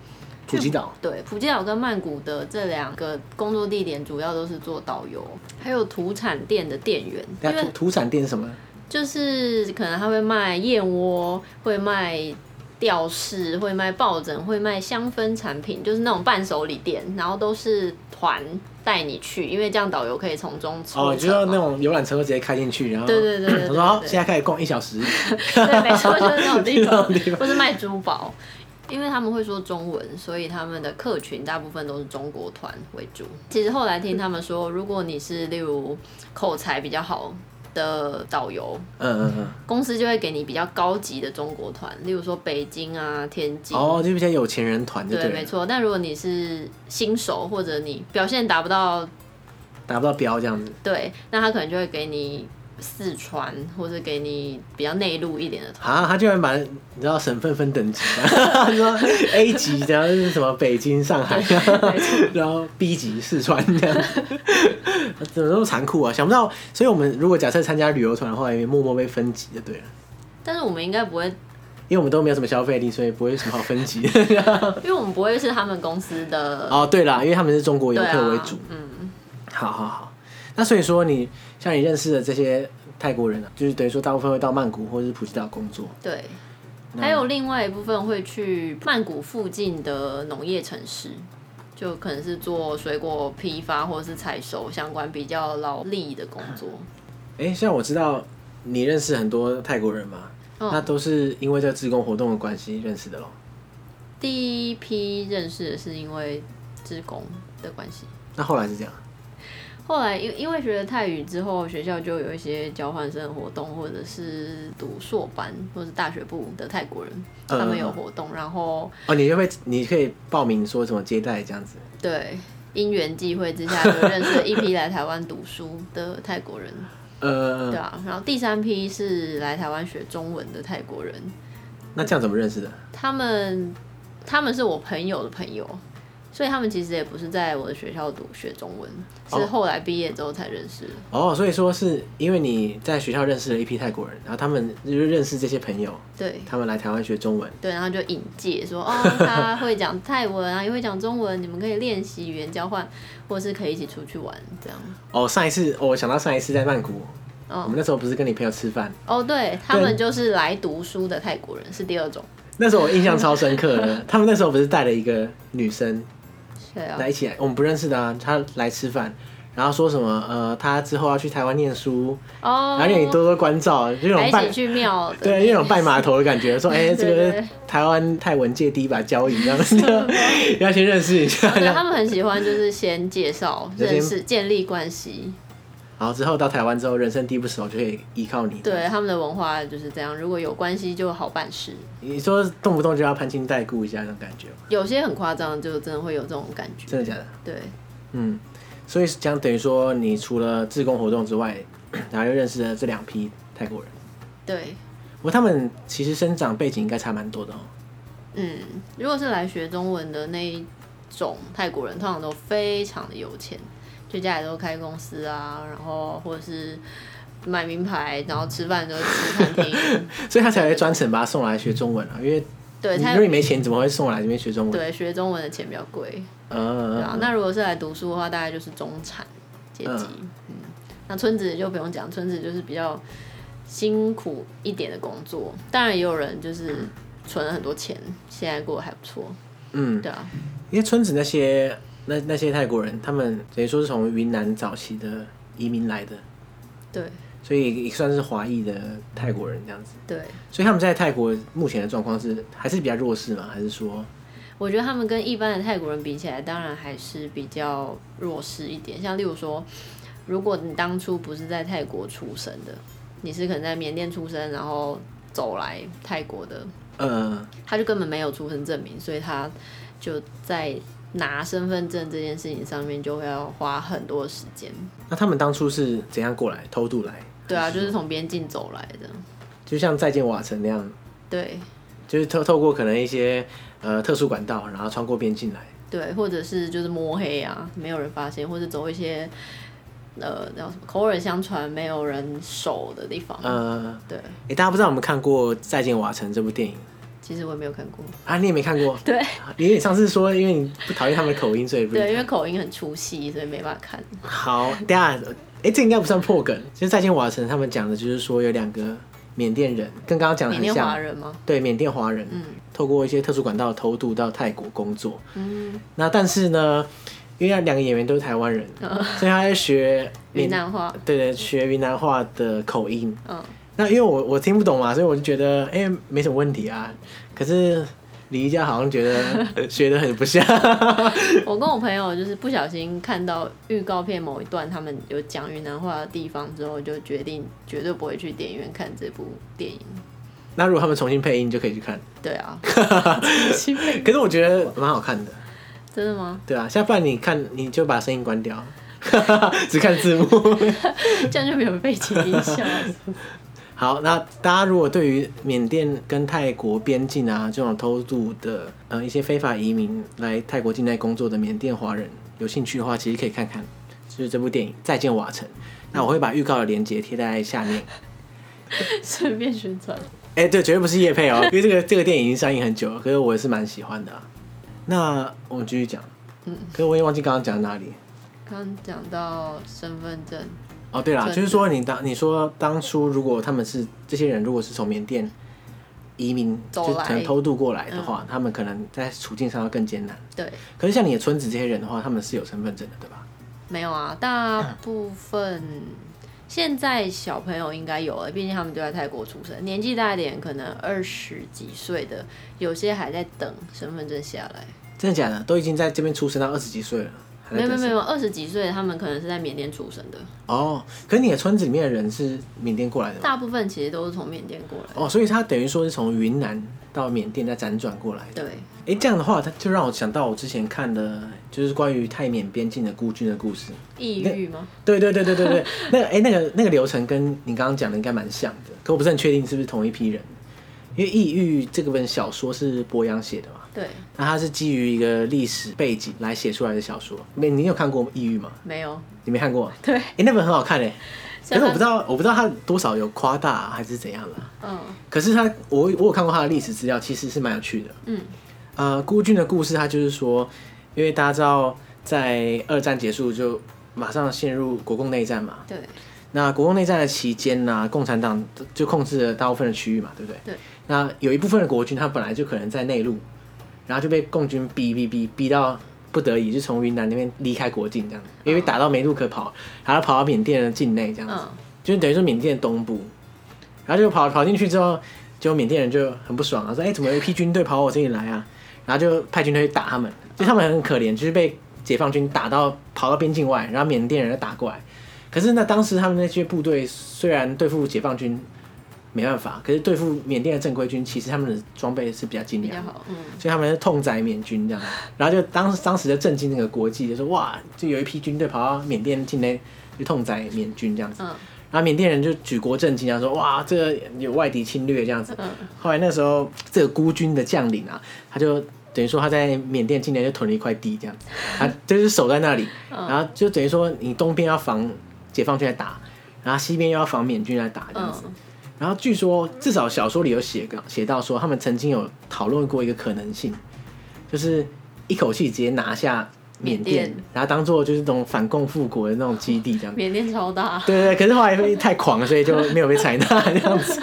Speaker 1: 普吉岛。
Speaker 2: 对，普吉岛跟曼谷的这两个工作地点，主要都是做导游，还有土产店的店员，
Speaker 1: 那
Speaker 2: 因为
Speaker 1: 土土产店是什么？
Speaker 2: 就是可能他会卖燕窝，会卖吊饰，会卖抱枕，会卖香氛产品，就是那种伴手礼店，然后都是团带你去，因为这样导游可以从中抽
Speaker 1: 哦，你知道
Speaker 2: 成嘛
Speaker 1: 那种游览车直接开进去，然后
Speaker 2: 对对对对对
Speaker 1: 他说好，
Speaker 2: 对
Speaker 1: 现在开始逛一小时，
Speaker 2: 对，没
Speaker 1: [LAUGHS]
Speaker 2: 错，就是那种地
Speaker 1: 那
Speaker 2: 方
Speaker 1: 种地，方
Speaker 2: 或是卖珠宝。因为他们会说中文，所以他们的客群大部分都是中国团为主。其实后来听他们说，如果你是例如口才比较好的导游，
Speaker 1: 嗯嗯嗯，
Speaker 2: 公司就会给你比较高级的中国团，例如说北京啊、天津。
Speaker 1: 哦，就比较有钱人团就
Speaker 2: 对，
Speaker 1: 对
Speaker 2: 没
Speaker 1: 了，
Speaker 2: 错。但如果你是新手或者你表现达不到
Speaker 1: 达不到标这样子。
Speaker 2: 对，那他可能就会给你四川或者给你比较内陆一点的团。
Speaker 1: 啊，他居然把你知道省份分等级，啊 [LAUGHS] 他说 A 级然后是什么北京、上海，然后 B 级四川这样，怎么那么残酷啊？想不到，所以我们如果假设参加旅游团的话，也默默被分级就对了，
Speaker 2: 但是我们应该不会
Speaker 1: 因为我们都没有什么消费力，所以不会有什么好分级。
Speaker 2: 因为我们不会是他们公司的
Speaker 1: [LAUGHS] 哦，对啦，因为他们是中国游
Speaker 2: 对
Speaker 1: 客为主
Speaker 2: 啊。，嗯，
Speaker 1: 好好好，那所以说你像你认识的这些泰国人啊，就是等于说大部分会到曼谷或者是普吉岛工作。
Speaker 2: 对。
Speaker 1: 嗯
Speaker 2: 还有另外一部分会去曼谷附近的农业城市，就可能是做水果批发或是采收相关比较劳力的工作。
Speaker 1: 哎、虽然我知道你认识很多泰国人嘛，
Speaker 2: 嗯
Speaker 1: 那都是因为这个志工活动的关系认识的咯。
Speaker 2: 第一批认识的是因为职工的关系，
Speaker 1: 那后来是这样，
Speaker 2: 后来因因为学了泰语之后，学校就有一些交换生的活动，或者是读硕班或是大学部的泰国人，他们有
Speaker 1: 嗯嗯嗯
Speaker 2: 活动，然后
Speaker 1: 哦，你就会你可以报名说什么接待这样子。
Speaker 2: 对，因缘际会之下就认识了一批来台湾读书的泰国人，
Speaker 1: 呃
Speaker 2: 对，啊，然后第三批是来台湾学中文的泰国人，
Speaker 1: 那这样怎么认识的？
Speaker 2: 他们他们是我朋友的朋友，所以他们其实也不是在我的学校读学中文，
Speaker 1: 哦
Speaker 2: 是后来毕业之后才认识的。
Speaker 1: 哦，所以说是因为你在学校认识了一批泰国人，然后他们就认识这些朋友，
Speaker 2: 对
Speaker 1: 他们来台湾学中文。
Speaker 2: 对，然后就引介说，哦，他会讲泰文啊，也会讲中文，你们可以练习语言交换，或是可以一起出去玩这样。
Speaker 1: 哦，上一次、哦我想到上一次在曼谷，我
Speaker 2: 哦
Speaker 1: 们那时候不是跟你朋友吃饭，
Speaker 2: 哦，对他们就是来读书的泰国人，是第二种。
Speaker 1: 那时候我印象超深刻
Speaker 2: [LAUGHS]
Speaker 1: 的，他们那时候不是带了一个女生
Speaker 2: 对啊，
Speaker 1: 来一起来，我们不认识的、啊，她来吃饭，然后说什么呃，她之后要去台湾念书，
Speaker 2: 哦，
Speaker 1: 然后让你多多关照，这
Speaker 2: 还
Speaker 1: 种
Speaker 2: 一
Speaker 1: 拜
Speaker 2: 起去庙的，
Speaker 1: 对，那种拜码头的感觉，说哎、
Speaker 2: 对
Speaker 1: 这个
Speaker 2: 对
Speaker 1: 台湾泰文界第一把交椅，这样
Speaker 2: [LAUGHS]
Speaker 1: 子，要先认识一下，
Speaker 2: 对，他们很喜欢就是先介绍
Speaker 1: 有点
Speaker 2: 认识、建立关系。
Speaker 1: 然后之后到台湾之后，人生地不熟就可以依靠你。，
Speaker 2: 对，啊他们的文化就是这样，如果有关系就好办事。
Speaker 1: 你说动不动就要攀亲带故一下那种感觉吗，
Speaker 2: 有些很夸张，就真的会有这种感觉。
Speaker 1: 真的假的？
Speaker 2: 对，
Speaker 1: 嗯，所以这样等于说，你除了志工活动之外， [CLEARS THROAT] 然后又认识了这两批泰国人。
Speaker 2: 对，
Speaker 1: 不过他们其实生长背景应该差蛮多的哦。
Speaker 2: 嗯，如果是来学中文的那一种泰国人，通常都非常的有钱，就家里都开公司啊，然后或者是买名牌，然后吃饭都吃
Speaker 1: [LAUGHS]
Speaker 2: 餐厅。
Speaker 1: 所以他才会专程把他送来学中文啊，因为
Speaker 2: 对
Speaker 1: 你
Speaker 2: 他
Speaker 1: 如果你没钱，怎么会送来这边学中文？
Speaker 2: 对学中文的钱比较贵，对啊
Speaker 1: 呃，。
Speaker 2: 那如果是来读书的话，大概就是中产阶级。嗯，那村子就不用讲，村子就是比较辛苦一点的工作。当然也有人就是存了很多钱，现在过得还不错。
Speaker 1: 嗯，
Speaker 2: 对啊，
Speaker 1: 因为村子那些那那些泰国人，他们等于说是从云南早期的移民来的，
Speaker 2: 对
Speaker 1: 所以也算是华裔的泰国人这样子。
Speaker 2: 对。
Speaker 1: 所以他们在泰国目前的状况是还是比较弱势嘛？还是说，
Speaker 2: 我觉得他们跟一般的泰国人比起来，当然还是比较弱势一点。像例如说，如果你当初不是在泰国出生的，你是可能在缅甸出生，然后走来泰国的，
Speaker 1: 呃，
Speaker 2: 他就根本没有出生证明，所以他就在拿身份证这件事情上面就会要花很多时间。
Speaker 1: 那他们当初是怎样过来偷渡来？
Speaker 2: 对啊，就是从边境走来的。
Speaker 1: 就像再见瓦城那样，
Speaker 2: 对
Speaker 1: 就是透透过可能一些呃特殊管道，然后穿过边境来。
Speaker 2: 对，或者是就是摸黑啊，没有人发现，或者走一些呃叫什么口耳相传没有人守的地方。
Speaker 1: 呃，
Speaker 2: 对，
Speaker 1: 诶，大家不知道有没有看过《再见瓦城》这部电影
Speaker 2: 其实我也没有看过。
Speaker 1: 啊？你也没看过？
Speaker 2: 对
Speaker 1: 因为你上次说，因为你不讨厌他们的口音，所以不
Speaker 2: 对，因为口音很出戏，所以没办法看。
Speaker 1: 好。等一下，诶，这应该不算破梗。其实《再见瓦城》他们讲的就是说有两个缅甸人，跟刚刚讲的
Speaker 2: 缅
Speaker 1: 很
Speaker 2: 甸华
Speaker 1: 像，
Speaker 2: 人吗？
Speaker 1: 对缅甸华人，
Speaker 2: 嗯
Speaker 1: 透过一些特殊管道偷渡到泰国工作。
Speaker 2: 嗯，
Speaker 1: 那但是呢，因为那两个演员都是台湾人，
Speaker 2: 嗯
Speaker 1: 所以他在学
Speaker 2: 云
Speaker 1: 闽，
Speaker 2: 南话，
Speaker 1: 对对，学云南话的口音。
Speaker 2: 嗯，
Speaker 1: 那因为我我听不懂嘛，所以我就觉得哎、没什么问题啊。可是李一家好像觉得学的很不像，
Speaker 2: 我跟我朋友就是不小心看到预告片某一段，他们有讲云南话的地方之后，就决定绝对不会去电影院看这部电影。
Speaker 1: 那如果他们重新配音就可以去看，
Speaker 2: 对啊，
Speaker 1: 可是我觉得蛮好看的，
Speaker 2: 真的吗？
Speaker 1: 对啊。下半你看你就把声音关掉， [LAUGHS] 只看字幕。
Speaker 2: 这样就没有背景音效。
Speaker 1: 好，那大家如果对于缅甸跟泰国边境啊这种偷渡的，呃，一些非法移民来泰国境内工作的缅甸华人有兴趣的话，其实可以看看，就是这部电影《再见瓦城》。那我会把预告的链接贴在下面。
Speaker 2: [LAUGHS] 顺便宣传。
Speaker 1: 哎、对，绝对不是叶配哦，因为这个这个电影已经上映很久了，可是我也是蛮喜欢的、啊。那我们继续讲，嗯，可是我也忘记刚刚讲到哪里。
Speaker 2: 刚刚讲到身份证，
Speaker 1: 哦，对啦，
Speaker 2: 真的
Speaker 1: 就是说你当你说当初如果他们是这些人，如果是从缅甸移民，就
Speaker 2: 走来嗯
Speaker 1: 可能偷渡过来的话，他们可能在处境上要更艰难。
Speaker 2: 对，
Speaker 1: 可是像你的村子这些人的话，他们是有身份证的，对吧？
Speaker 2: 没有啊，大部分现在小朋友应该有了，毕竟他们都在泰国出生，年纪大一点，可能二十几岁的，有些还在等身份证下来。
Speaker 1: 真的假的？都已经在这边出生到二十几岁了，还在
Speaker 2: 没有没有
Speaker 1: 等
Speaker 2: 没
Speaker 1: 生
Speaker 2: 有，二十几岁的他们可能是在缅甸出生的，
Speaker 1: 哦，可是你的村子里面的人是缅甸过来的吗？
Speaker 2: 大部分其实都是从缅甸过来。
Speaker 1: 哦，所以他等于说是从云南到缅甸再辗转过来的。
Speaker 2: 对，
Speaker 1: 哎，这样的话，他就让我想到我之前看的，就是关于泰缅边境的孤军的故事。
Speaker 2: 抑郁吗？
Speaker 1: 对对对对对对， [LAUGHS] 那个哎、那个那个流程跟你刚刚讲的应该蛮像的，可我不是很确定是不是同一批人。因为《抑郁》这个本小说是博洋写的嘛，
Speaker 2: 对，
Speaker 1: 那它是基于一个历史背景来写出来的小说。没，你有看过《抑郁》吗？
Speaker 2: 没有，
Speaker 1: 你没看过？
Speaker 2: 对，
Speaker 1: 哎、那本很好看哎、可
Speaker 2: 虽
Speaker 1: 是我
Speaker 2: 然
Speaker 1: 不知道，我不知道它多少有夸大、还是怎样啦、
Speaker 2: 嗯
Speaker 1: 可是它，我我有看过它的历史资料，其实是蛮有趣的。
Speaker 2: 嗯
Speaker 1: 呃，孤军的故事，它就是说，因为大家知道，在二战结束就马上陷入国共内战嘛。
Speaker 2: 对
Speaker 1: 那国共内战的期间呢、共产党就控制了大部分的区域嘛，对不对？
Speaker 2: 对。
Speaker 1: 那有一部分的国军，他本来就可能在内陆，然后就被共军逼逼逼逼到不得已，就从云南那边离开国境这样子，因为打到没路可跑，然后跑到缅甸的境内这样子，
Speaker 2: 嗯
Speaker 1: 就等于说缅甸东部，然后就跑跑进去之后，结果缅甸人就很不爽啊，说：“哎、怎么有一批军队跑我这里来啊？”然后就派军队去打他们，就他们很可怜，就是被解放军打到跑到边境外，然后缅甸人就打过来。可是那当时他们那些部队虽然对付解放军没办法，可是对付缅甸的正规军，其实他们的装备是比较精
Speaker 2: 比
Speaker 1: 良
Speaker 2: 较
Speaker 1: 的。
Speaker 2: 好，嗯
Speaker 1: 所以他们是痛宰缅军这样，然后就当当时就震惊那个国际，就说哇，就有一批军队跑到缅甸境内就痛宰缅军这样子，
Speaker 2: 嗯
Speaker 1: 然后缅甸人就举国震惊啊，说哇，这个有外敌侵略这样子。
Speaker 2: 嗯
Speaker 1: 后来那时候这个孤军的将领啊，他就等于说他在缅甸境内就囤了一块地这样子，他就是守在那里，然后就等于说你东边要防解放军来打，然后西边又要防缅军来打这样子。
Speaker 2: 嗯，
Speaker 1: 然后据说至少小说里有写个写到说，他们曾经有讨论过一个可能性，就是一口气直接拿下缅甸，
Speaker 2: 缅甸
Speaker 1: 然后当做就是那种反共复国的那种基地这样子。
Speaker 2: 缅甸超大，
Speaker 1: 对对，对可是后来因为太狂了，所以就没有被采纳 [LAUGHS] 这样子。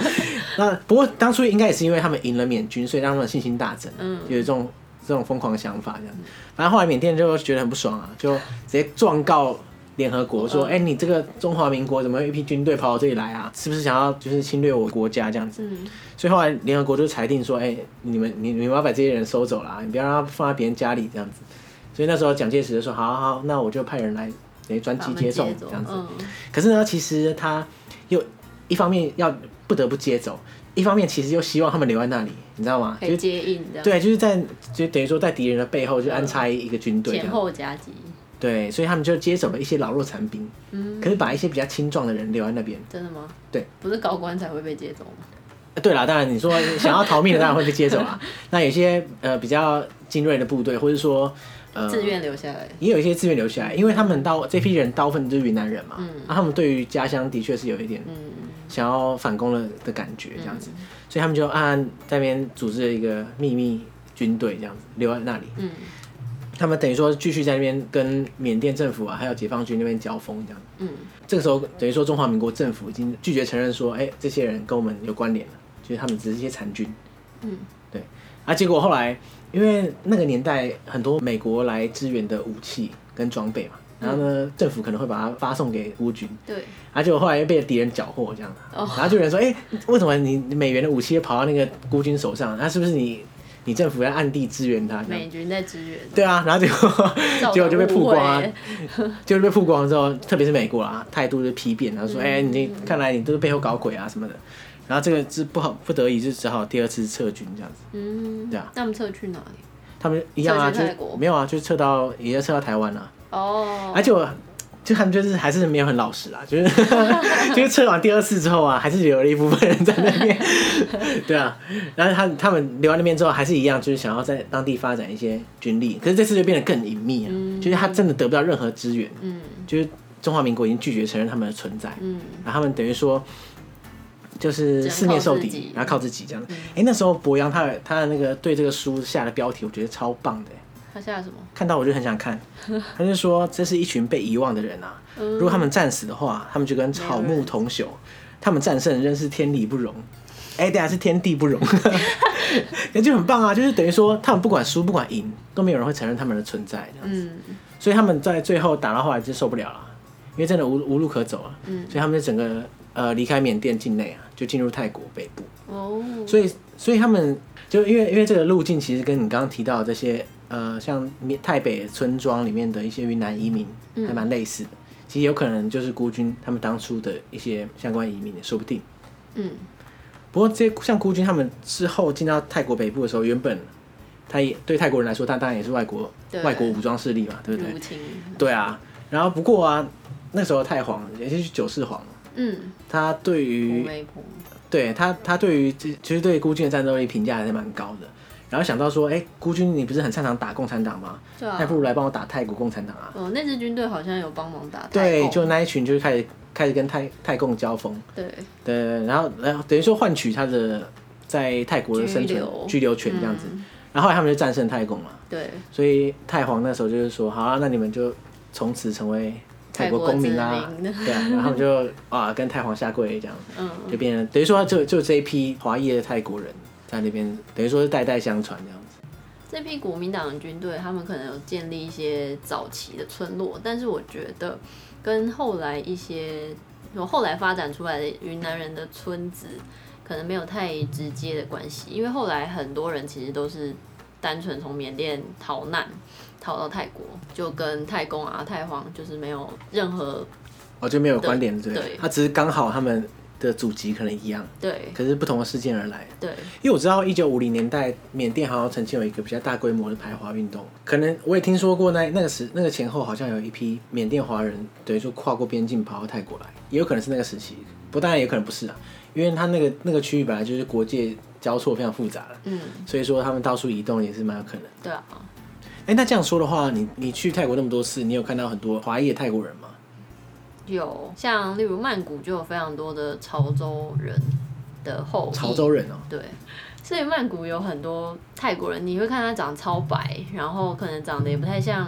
Speaker 1: 那不过当初应该也是因为他们赢了缅军，所以让他们信心大增，啊
Speaker 2: 嗯
Speaker 1: 有一种这种疯狂的想法这样。反正后来缅甸就觉得很不爽啊，就直接状告联合国说：“
Speaker 2: 嗯
Speaker 1: 哎、你这个中华民国怎么有一批军队跑到这里来啊？是不是想要就是侵略我国家这样子？”
Speaker 2: 嗯
Speaker 1: 所以后来联合国就裁定说：“哎、你们你你们要把这些人收走啦，你不要让他放在别人家里这样子。”所以那时候蒋介石就说：“好好好，那我就派人来等于专
Speaker 2: 把
Speaker 1: 机
Speaker 2: 他们
Speaker 1: 接送
Speaker 2: 走
Speaker 1: 这样子。
Speaker 2: 嗯
Speaker 1: 可是呢，其实他又一方面要不得不接走，一方面其实又希望他们留在那里，你知道吗？
Speaker 2: 可
Speaker 1: 就
Speaker 2: 以
Speaker 1: 是
Speaker 2: 接应这样，
Speaker 1: 对，就是在就等于说在敌人的背后就安插一个军队这
Speaker 2: 前
Speaker 1: 样，
Speaker 2: 后夹击，
Speaker 1: 对，所以他们就接手了一些老弱残兵，
Speaker 2: 嗯，
Speaker 1: 可是把一些比较青壮的人留在那边。
Speaker 2: 真的吗？
Speaker 1: 对，
Speaker 2: 不是高官才会被接走吗？
Speaker 1: 呃对啦，当然你说想要逃命的当然会被接走
Speaker 2: [LAUGHS]
Speaker 1: 啊。那有些呃比较精锐的部队，或者说呃
Speaker 2: 自愿留下来，
Speaker 1: 也有一些资源留下来，因为他们到这批人大部分就是云南人嘛，
Speaker 2: 嗯
Speaker 1: 啊、他们对于家乡的确是有一点
Speaker 2: 嗯，
Speaker 1: 想要反攻了的感觉这样子，
Speaker 2: 嗯
Speaker 1: 所以他们就暗暗在那边组织了一个秘密军队这样子留在那里，
Speaker 2: 嗯
Speaker 1: 他们等于说继续在那边跟缅甸政府啊还有解放军那边交锋这样。
Speaker 2: 嗯
Speaker 1: 这个时候等于说中华民国政府已经拒绝承认说，哎、这些人跟我们有关联了，就是他们只是一些残军。
Speaker 2: 嗯，
Speaker 1: 对。啊，结果后来因为那个年代很多美国来支援的武器跟装备嘛，然后呢，政府可能会把它发送给孤军，
Speaker 2: 对，
Speaker 1: 啊，结果后来又被敌人缴获这样，
Speaker 2: 哦
Speaker 1: 然后就有人说，哎、为什么你你美元的武器又跑到那个孤军手上？啊那、是不是你你政府要暗地支援他这样？
Speaker 2: 美军在支援，
Speaker 1: 对啊，然后结果嗯结果就被曝光啊
Speaker 2: 造成误会，
Speaker 1: 就是 [LAUGHS] 被曝光之后，特别是美国啦，态度就批变，然后说：“哎、你
Speaker 2: 嗯
Speaker 1: 看来你都是背后搞鬼啊什么的。”然后这个是不好不得已，就只好第二次撤军这样子。
Speaker 2: 嗯，
Speaker 1: 对啊
Speaker 2: 那我们撤去哪里？
Speaker 1: 他们一样啊，
Speaker 2: 撤
Speaker 1: 就
Speaker 2: 去泰
Speaker 1: 是
Speaker 2: 国
Speaker 1: 没有啊，就撤到也要撤到台湾啊啦、
Speaker 2: 哦，
Speaker 1: 而且我就他们就是还是没有很老实啦， [LAUGHS] 就是就是撤完第二次之后啊，还是留了一部分人在那边。对啊，然后他他们留在那边之后，还是一样，就是想要在当地发展一些军力。可是这次就变得更隐秘了，啊就是他真的得不到任何支援。
Speaker 2: 嗯
Speaker 1: 就是中华民国已经拒绝承认他们的存在，
Speaker 2: 嗯
Speaker 1: 然后他们等于说就是四面受
Speaker 2: 只能靠自己嗯
Speaker 1: 敌，然后靠自己这样。哎、那时候博洋他的他的那个对这个书下的标题，我觉得超棒的，
Speaker 2: 他下了什么？
Speaker 1: 看到我就很想看。他就说这是一群被遗忘的人啊，如果他们战死的话，他们就跟草
Speaker 2: 没有
Speaker 1: 木
Speaker 2: 人
Speaker 1: 同朽，他们战胜仍是天理不容。哎、等一下是天地不容，那就很棒啊！就是等于说，他们不管输不管赢，都没有人会承认他们的存在。这样
Speaker 2: 嗯
Speaker 1: 所以他们在最后打到后来就受不了了，因为真的无无路可走了，
Speaker 2: 嗯
Speaker 1: 所以他们就整个呃离开缅甸境内啊，就进入泰国北部。
Speaker 2: 哦，
Speaker 1: 所以所以他们就因为因为这个路径其实跟你刚刚提到的这些呃像缅泰北村庄里面的一些云南移民
Speaker 2: 嗯
Speaker 1: 还蛮类似的，其实有可能就是孤军他们当初的一些相关移民也说不定。
Speaker 2: 嗯
Speaker 1: 不过这些像孤军他们之后进到泰国北部的时候，原本他也对泰国人来说，他当然也是外国
Speaker 2: 对嗯
Speaker 1: 外国武装势力嘛，对不对？
Speaker 2: 入侵，
Speaker 1: 对啊，然后不过啊，那时候太皇，也就是九世皇，
Speaker 2: 嗯，
Speaker 1: 他对
Speaker 2: 普
Speaker 1: 于
Speaker 2: 美普，
Speaker 1: 对他他对于这其实对孤军的战斗力评价还是蛮高的。然后想到说，哎、孤军你不是很擅长打共产党吗？
Speaker 2: 对
Speaker 1: 那
Speaker 2: 啊
Speaker 1: 还，不如来帮我打泰国共产党啊！
Speaker 2: 哦，那支军队好像有帮忙打啊泰
Speaker 1: 对，
Speaker 2: 共
Speaker 1: 就那一群就是开始开始跟泰泰共交锋，
Speaker 2: 对，
Speaker 1: 对对，对然后然后等于说换取他的在泰国的生
Speaker 2: 居
Speaker 1: 存
Speaker 2: 留
Speaker 1: 居留权这样子。
Speaker 2: 嗯
Speaker 1: 然后后来他们就战胜泰共了，
Speaker 2: 对，
Speaker 1: 所以太皇那时候就是说，好啊，那你们就从此成为泰国公民
Speaker 2: 泰
Speaker 1: 啦
Speaker 2: 国，子民
Speaker 1: 对啊，然后他们就啊跟太皇下跪这样，
Speaker 2: 嗯，
Speaker 1: 就变成等于说就就这一批华裔的泰国人在那边，等于说是代代相传这样子。
Speaker 2: 这批国民党的军队，他们可能有建立一些早期的村落，但是我觉得跟后来一些我后来发展出来的云南人的村子，可能没有太直接的关系，因为后来很多人其实都是单纯从缅甸逃难，逃到泰国，就跟泰公啊、泰皇就是没有任何
Speaker 1: 哦，就没有关联，对不
Speaker 2: 对
Speaker 1: 对，他只是刚好他们的祖籍可能一样，
Speaker 2: 对
Speaker 1: 可是不同的事件而来。
Speaker 2: 对
Speaker 1: 因为我知道一九五零年代缅甸好像曾经有一个比较大规模的排华运动，可能我也听说过那那个时那个前后好像有一批缅甸华人等于说跨过边境跑到泰国来，也有可能是那个时期，不当然也可能不是啊，因为他那个那个区域本来就是国界交错非常复杂的，
Speaker 2: 嗯，
Speaker 1: 所以说他们到处移动也是蛮有可能。
Speaker 2: 对啊，
Speaker 1: 哎，那这样说的话，你你去泰国那么多次，你有看到很多华裔的泰国人吗？
Speaker 2: 有像例如曼谷就有非常多的潮州人的后裔
Speaker 1: 潮州人哦、
Speaker 2: 对，所以曼谷有很多泰国人，你会看他长得超白，然后可能长得也不太像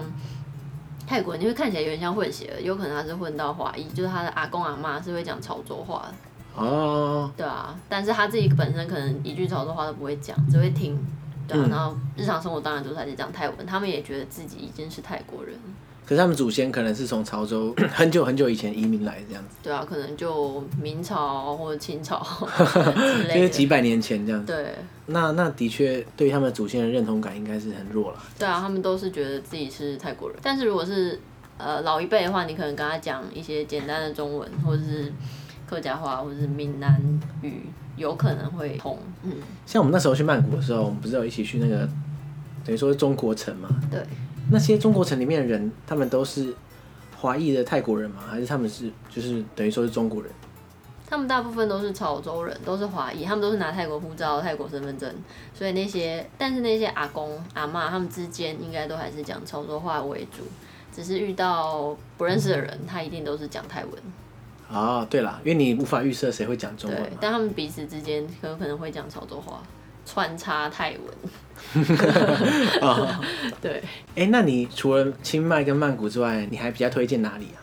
Speaker 2: 泰国人，你会看起来有点像混血儿，有可能他是混到华裔，就是他的阿公阿妈是会讲潮州话的，
Speaker 1: 哦，
Speaker 2: 对啊，但是他自己本身可能一句潮州话都不会讲，只会听。对啊，
Speaker 1: 嗯
Speaker 2: 然后日常生活当然都是还是讲泰文，他们也觉得自己已经是泰国人，
Speaker 1: 可是他们祖先可能是从潮州很久很久以前移民来的这样子，
Speaker 2: 对啊，可能就明朝或者清朝 [LAUGHS] 之
Speaker 1: [LAUGHS] 就
Speaker 2: 类
Speaker 1: 是
Speaker 2: 的，
Speaker 1: 几百年前这样子。
Speaker 2: 对，
Speaker 1: 那那的确对他们祖先的认同感应该是很弱了。
Speaker 2: 对啊，他们都是觉得自己是泰国人，但是如果是呃老一辈的话，你可能跟他讲一些简单的中文，或者是客家话，或者是闽南语，有可能会通。嗯，
Speaker 1: 像我们那时候去曼谷的时候，我们不是有一起去那个等于说是中国城嘛？
Speaker 2: 对，
Speaker 1: 那些中国城里面的人，他们都是华裔的泰国人吗？还是他们是就是等于说是中国人？
Speaker 2: 他们大部分都是潮州人，都是华裔，他们都是拿泰国护照、泰国身份证，所以那些但是那些阿公阿妈他们之间应该都还是讲潮州话为主，只是遇到不认识的人，他一定都是讲泰文。
Speaker 1: 哦，对啦，因为你无法预设谁会讲中文啊
Speaker 2: 对，
Speaker 1: 嘛。
Speaker 2: 但他们彼此之间很有可能会讲潮州话，穿插泰文。
Speaker 1: [LAUGHS]
Speaker 2: 对，
Speaker 1: 哎，那你除了清迈跟曼谷之外，你还比较推荐哪里啊？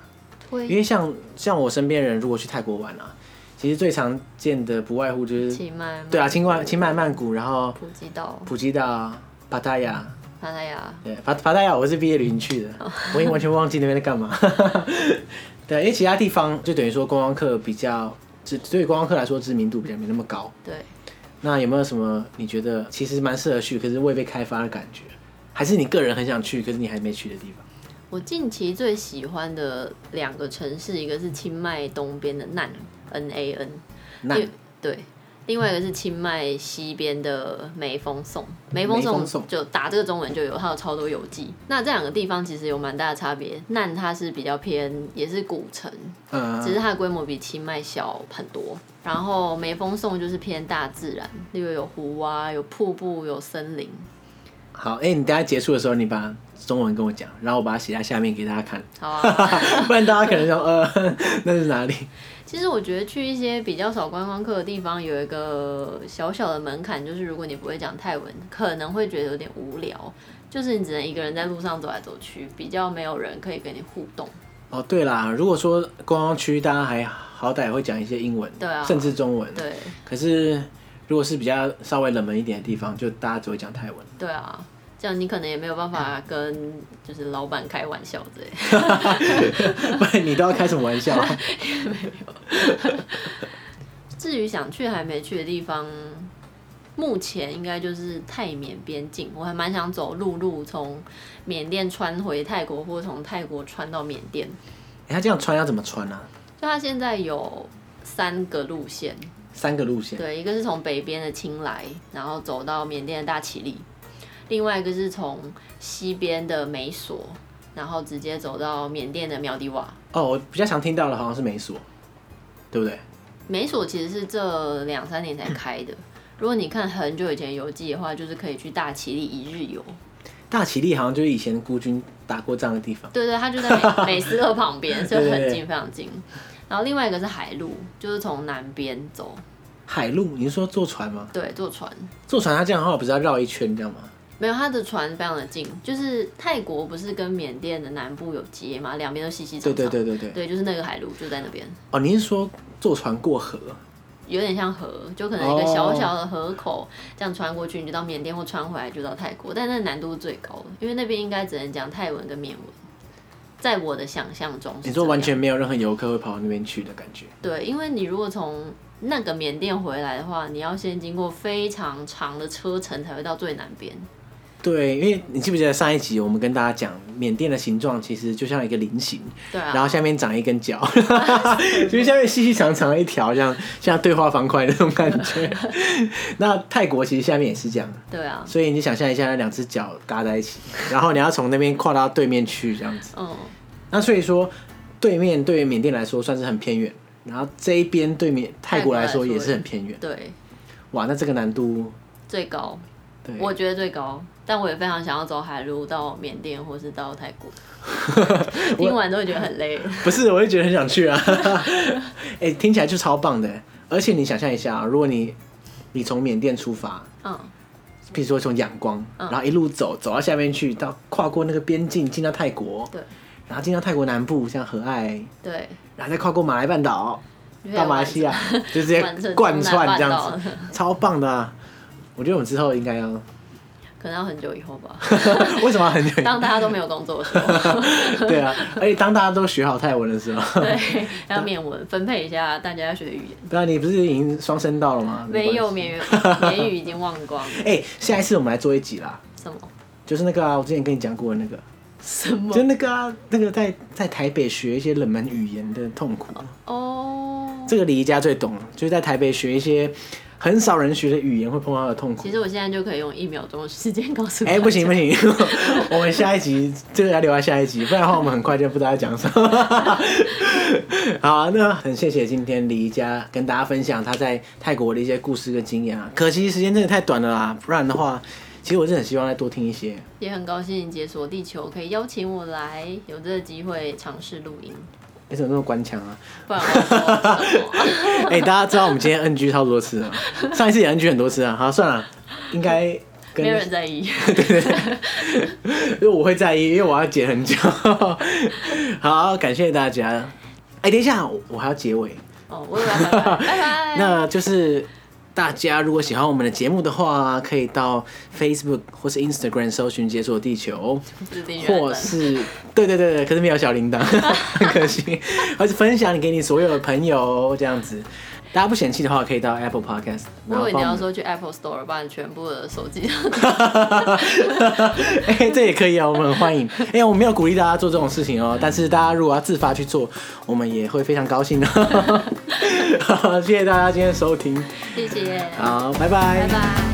Speaker 1: 因
Speaker 2: 推
Speaker 1: 为像像我身边人如果去泰国玩啊，其实最常见的不外乎就是
Speaker 2: 清迈，
Speaker 1: 对啊，清迈清迈曼谷，然后
Speaker 2: 普吉岛、
Speaker 1: 普吉岛啊、巴达雅。
Speaker 2: 帕塔亚，
Speaker 1: 对，法法达雅我是毕业旅行去的，
Speaker 2: 哦
Speaker 1: 我已经完全忘记那边在干嘛。 [LAUGHS] 对，啊因为其他地方就等于说观光客比较，只对于观光客来说知名度比较没那么高。
Speaker 2: 对，
Speaker 1: 那有没有什么你觉得其实蛮适合去，可是未被开发的感觉？还是你个人很想去，可是你还没去的地方？
Speaker 2: 我近期最喜欢的两个城市，一个是清迈东边的难 N A N，
Speaker 1: 那
Speaker 2: 对对，另外一个是清迈西边的梅峰颂，梅
Speaker 1: 嗯
Speaker 2: 峰
Speaker 1: 梅峰颂
Speaker 2: 颂就打这个中文就有，它有超多游记。那这两个地方其实有蛮大的差别，难它是比较偏，也是古城，只
Speaker 1: 嗯，
Speaker 2: 是它的规模比清迈小很多。然后梅峰颂就是偏大自然，例如有湖啊、有瀑布、有森林。
Speaker 1: 好，哎、你等一下结束的时候，你把中文跟我讲，然后我把它写在下面给大家
Speaker 2: [LAUGHS]
Speaker 1: 看，
Speaker 2: 好啊，
Speaker 1: 不然大家可能想，呃， [LAUGHS] 那是哪里？
Speaker 2: 其实我觉得去一些比较少观光客的地方，有一个小小的门槛，就是如果你不会讲泰文，可能会觉得有点无聊，就是你只能一个人在路上走来走去，比较没有人可以跟你互动。
Speaker 1: 哦，对啦，如果说观光区，大家还好歹会讲一些英文，
Speaker 2: 对啊
Speaker 1: 甚至中文。
Speaker 2: 对，
Speaker 1: 可是如果是比较稍微冷门一点的地方，就大家只会讲泰文。 [LAUGHS]
Speaker 2: 对啊，这样你可能也没有办法跟就是老板开玩笑之类的。
Speaker 1: 不然你都要开什么玩 [LAUGHS] 笑？啊
Speaker 2: 至于想去还没去的地方，目前应该就是泰缅边境，我还蛮想走陆路，从缅甸穿回泰国，或从泰国穿到缅甸。
Speaker 1: 欸他这样穿要怎么穿啊？
Speaker 2: 就它现在有三个路线，
Speaker 1: 三个路线，
Speaker 2: 对，一个是从北边的清莱，然后走到缅甸的大其力，另外一个是从西边的美索，然后直接走到缅甸的苗迪瓦。
Speaker 1: 哦，我比较常听到的好像是美索，对不对？
Speaker 2: 美所其实是这两三年才
Speaker 1: 嗯
Speaker 2: 开的。如果你看很久以前的游记的话，就是可以去大崎里一日游。
Speaker 1: 大崎利好像就是以前孤军打过仗的地方。
Speaker 2: 对对，它就在
Speaker 1: [LAUGHS]
Speaker 2: 美美斯乐旁边，所以
Speaker 1: 对
Speaker 2: 很
Speaker 1: 对
Speaker 2: 近，非常近。然后另外一个是海路，就是从南边走，
Speaker 1: 海路，你是说坐船吗？
Speaker 2: 对，坐船。
Speaker 1: 坐船它这样的话不是要绕一圈这样吗？
Speaker 2: 没有，它的船非常的近，就是泰国不是跟缅甸的南部有接嘛，两边都细细长
Speaker 1: 对
Speaker 2: 长。
Speaker 1: 对对对对。
Speaker 2: 对，就是那个海路就在那边，
Speaker 1: 哦，您是说坐船过河？
Speaker 2: 有点像河，就可能一个小小的河口这样穿过去，你就到缅甸或穿回来就到泰国，但那难度是最高的，因为那边应该只能讲泰文跟缅文，在我的想象中是
Speaker 1: 你说
Speaker 2: 这
Speaker 1: 完
Speaker 2: 样
Speaker 1: 全没有任何游客会跑到那边去的感觉？
Speaker 2: 对，因为你如果从那个缅甸回来的话，你要先经过非常长的车程才会到最南边。
Speaker 1: 对，因为你记不记得上一集我们跟大家讲，缅甸的形状其实就像一个菱形，
Speaker 2: 对啊，
Speaker 1: 然后下面长一根 [LAUGHS] 脚，就是下面细细长长的一条，像像对话方块那种感觉。 [LAUGHS] 那泰国其实下面也是这样，
Speaker 2: 对啊，
Speaker 1: 所以你想象一下，那两只脚搭在一起，然后你要从那边跨到对面去这样子。
Speaker 2: 嗯，
Speaker 1: 那所以说，对面对于缅甸来说算是很偏远，然后这一边对缅泰国来说也是很偏远。
Speaker 2: 对，
Speaker 1: 哇，那这个难度，
Speaker 2: 最高，
Speaker 1: 对，
Speaker 2: 我觉得最高，但我也非常想要走海路到缅甸或是到泰
Speaker 1: [LAUGHS]
Speaker 2: 国， [LAUGHS] 听完都会觉得很累。
Speaker 1: 不是，我就觉得很想去啊。 [LAUGHS] 哎、听起来就超棒的。而且你想象一下、啊，如果你你从缅甸出发，
Speaker 2: 嗯，
Speaker 1: 譬如说从仰光，
Speaker 2: 嗯
Speaker 1: 然后一路走走到下面去，到跨过那个边境进到泰国，
Speaker 2: 对
Speaker 1: 然后进到泰国南部，像和爱，
Speaker 2: 对，
Speaker 1: 然后再跨过马来半岛
Speaker 2: 啊
Speaker 1: 到马来西亚，就直接
Speaker 2: [LAUGHS] 完成
Speaker 1: 贯
Speaker 2: 中
Speaker 1: 穿
Speaker 2: 南半
Speaker 1: 这
Speaker 2: 岛
Speaker 1: 样子，超棒的、啊。我觉得我们之后应该要，
Speaker 2: [LAUGHS]
Speaker 1: [LAUGHS]
Speaker 2: 可能要很久以后吧，
Speaker 1: 为什么要很远？
Speaker 2: 当大家都没有工作的
Speaker 1: [LAUGHS]
Speaker 2: 时候，
Speaker 1: 对
Speaker 2: [LAUGHS]
Speaker 1: 啊，而且当大家都学好泰文的时候， [LAUGHS]
Speaker 2: 对，要缅文分配一下大家要学的语言。
Speaker 1: 对啊，你不是已经双声道了吗？
Speaker 2: 没
Speaker 1: 关
Speaker 2: 有
Speaker 1: 系
Speaker 2: 缅语，缅语已经忘光了。
Speaker 1: 哎、下一次我们来做一集啦，[LAUGHS]
Speaker 2: 什么？
Speaker 1: 就是那个啊，我之前跟你讲过的那个，
Speaker 2: 什么？
Speaker 1: 就那个啊，那个在在台北学一些冷门语言的痛苦，
Speaker 2: 哦、
Speaker 1: 这个李佳最懂了，就是在台北学一些很少人学的语言会碰到的痛苦
Speaker 2: 其。实我现在就可以用一秒钟的时间告诉你。
Speaker 1: 哎、不行不行， [LAUGHS] 我们下一集这个要留在下一集，不然的话我们很快就不知道要讲什么。 [LAUGHS] 好，那很谢谢今天李佳跟大家分享他在泰国的一些故事跟经验啊。可惜时间真的太短了啦，不然的话，其实我真的很希望再多听一些。
Speaker 2: 也很高兴解锁地球可以邀请我来，有这个机会尝试录音，
Speaker 1: 你怎么那么官腔啊？
Speaker 2: 不然我要说什么？
Speaker 1: 哎、大家知道我们今天 NG 超多次啊，上一次也 NG 很多次啊。好，算了，应该 [LAUGHS] 跟
Speaker 2: 没有人
Speaker 1: [LAUGHS]
Speaker 2: 在意。
Speaker 1: 因为我会在意，因为我要剪很久。 [LAUGHS] 好，感谢大家。哎、等一下，我我还要结尾。
Speaker 2: 哦，我以为要拜拜，拜拜。
Speaker 1: 那就是大家如果喜欢我们的节目的话，可以到 Facebook 或是 Instagram 搜寻“解锁地球”。
Speaker 2: 指定原
Speaker 1: 或
Speaker 2: 来在
Speaker 1: 是对对对对，可是没有小铃铛， [LAUGHS] 很可惜。而是分享给你所有的朋友这样子。大家不嫌弃的话，可以到 Apple Podcast。
Speaker 2: 如果你
Speaker 1: 然
Speaker 2: 要
Speaker 1: 后帮
Speaker 2: 说去 Apple Store 把你全部的
Speaker 1: [LAUGHS]
Speaker 2: 手机，
Speaker 1: 我们，哎、这也可以啊，我们很欢迎。哎、我没有鼓励大家做这种事情哦，但是大家如果要自发去做，我们也会非常高兴的。 [LAUGHS] 好谢谢大家今天的收听，
Speaker 2: 谢谢，
Speaker 1: 好，拜
Speaker 2: 拜拜。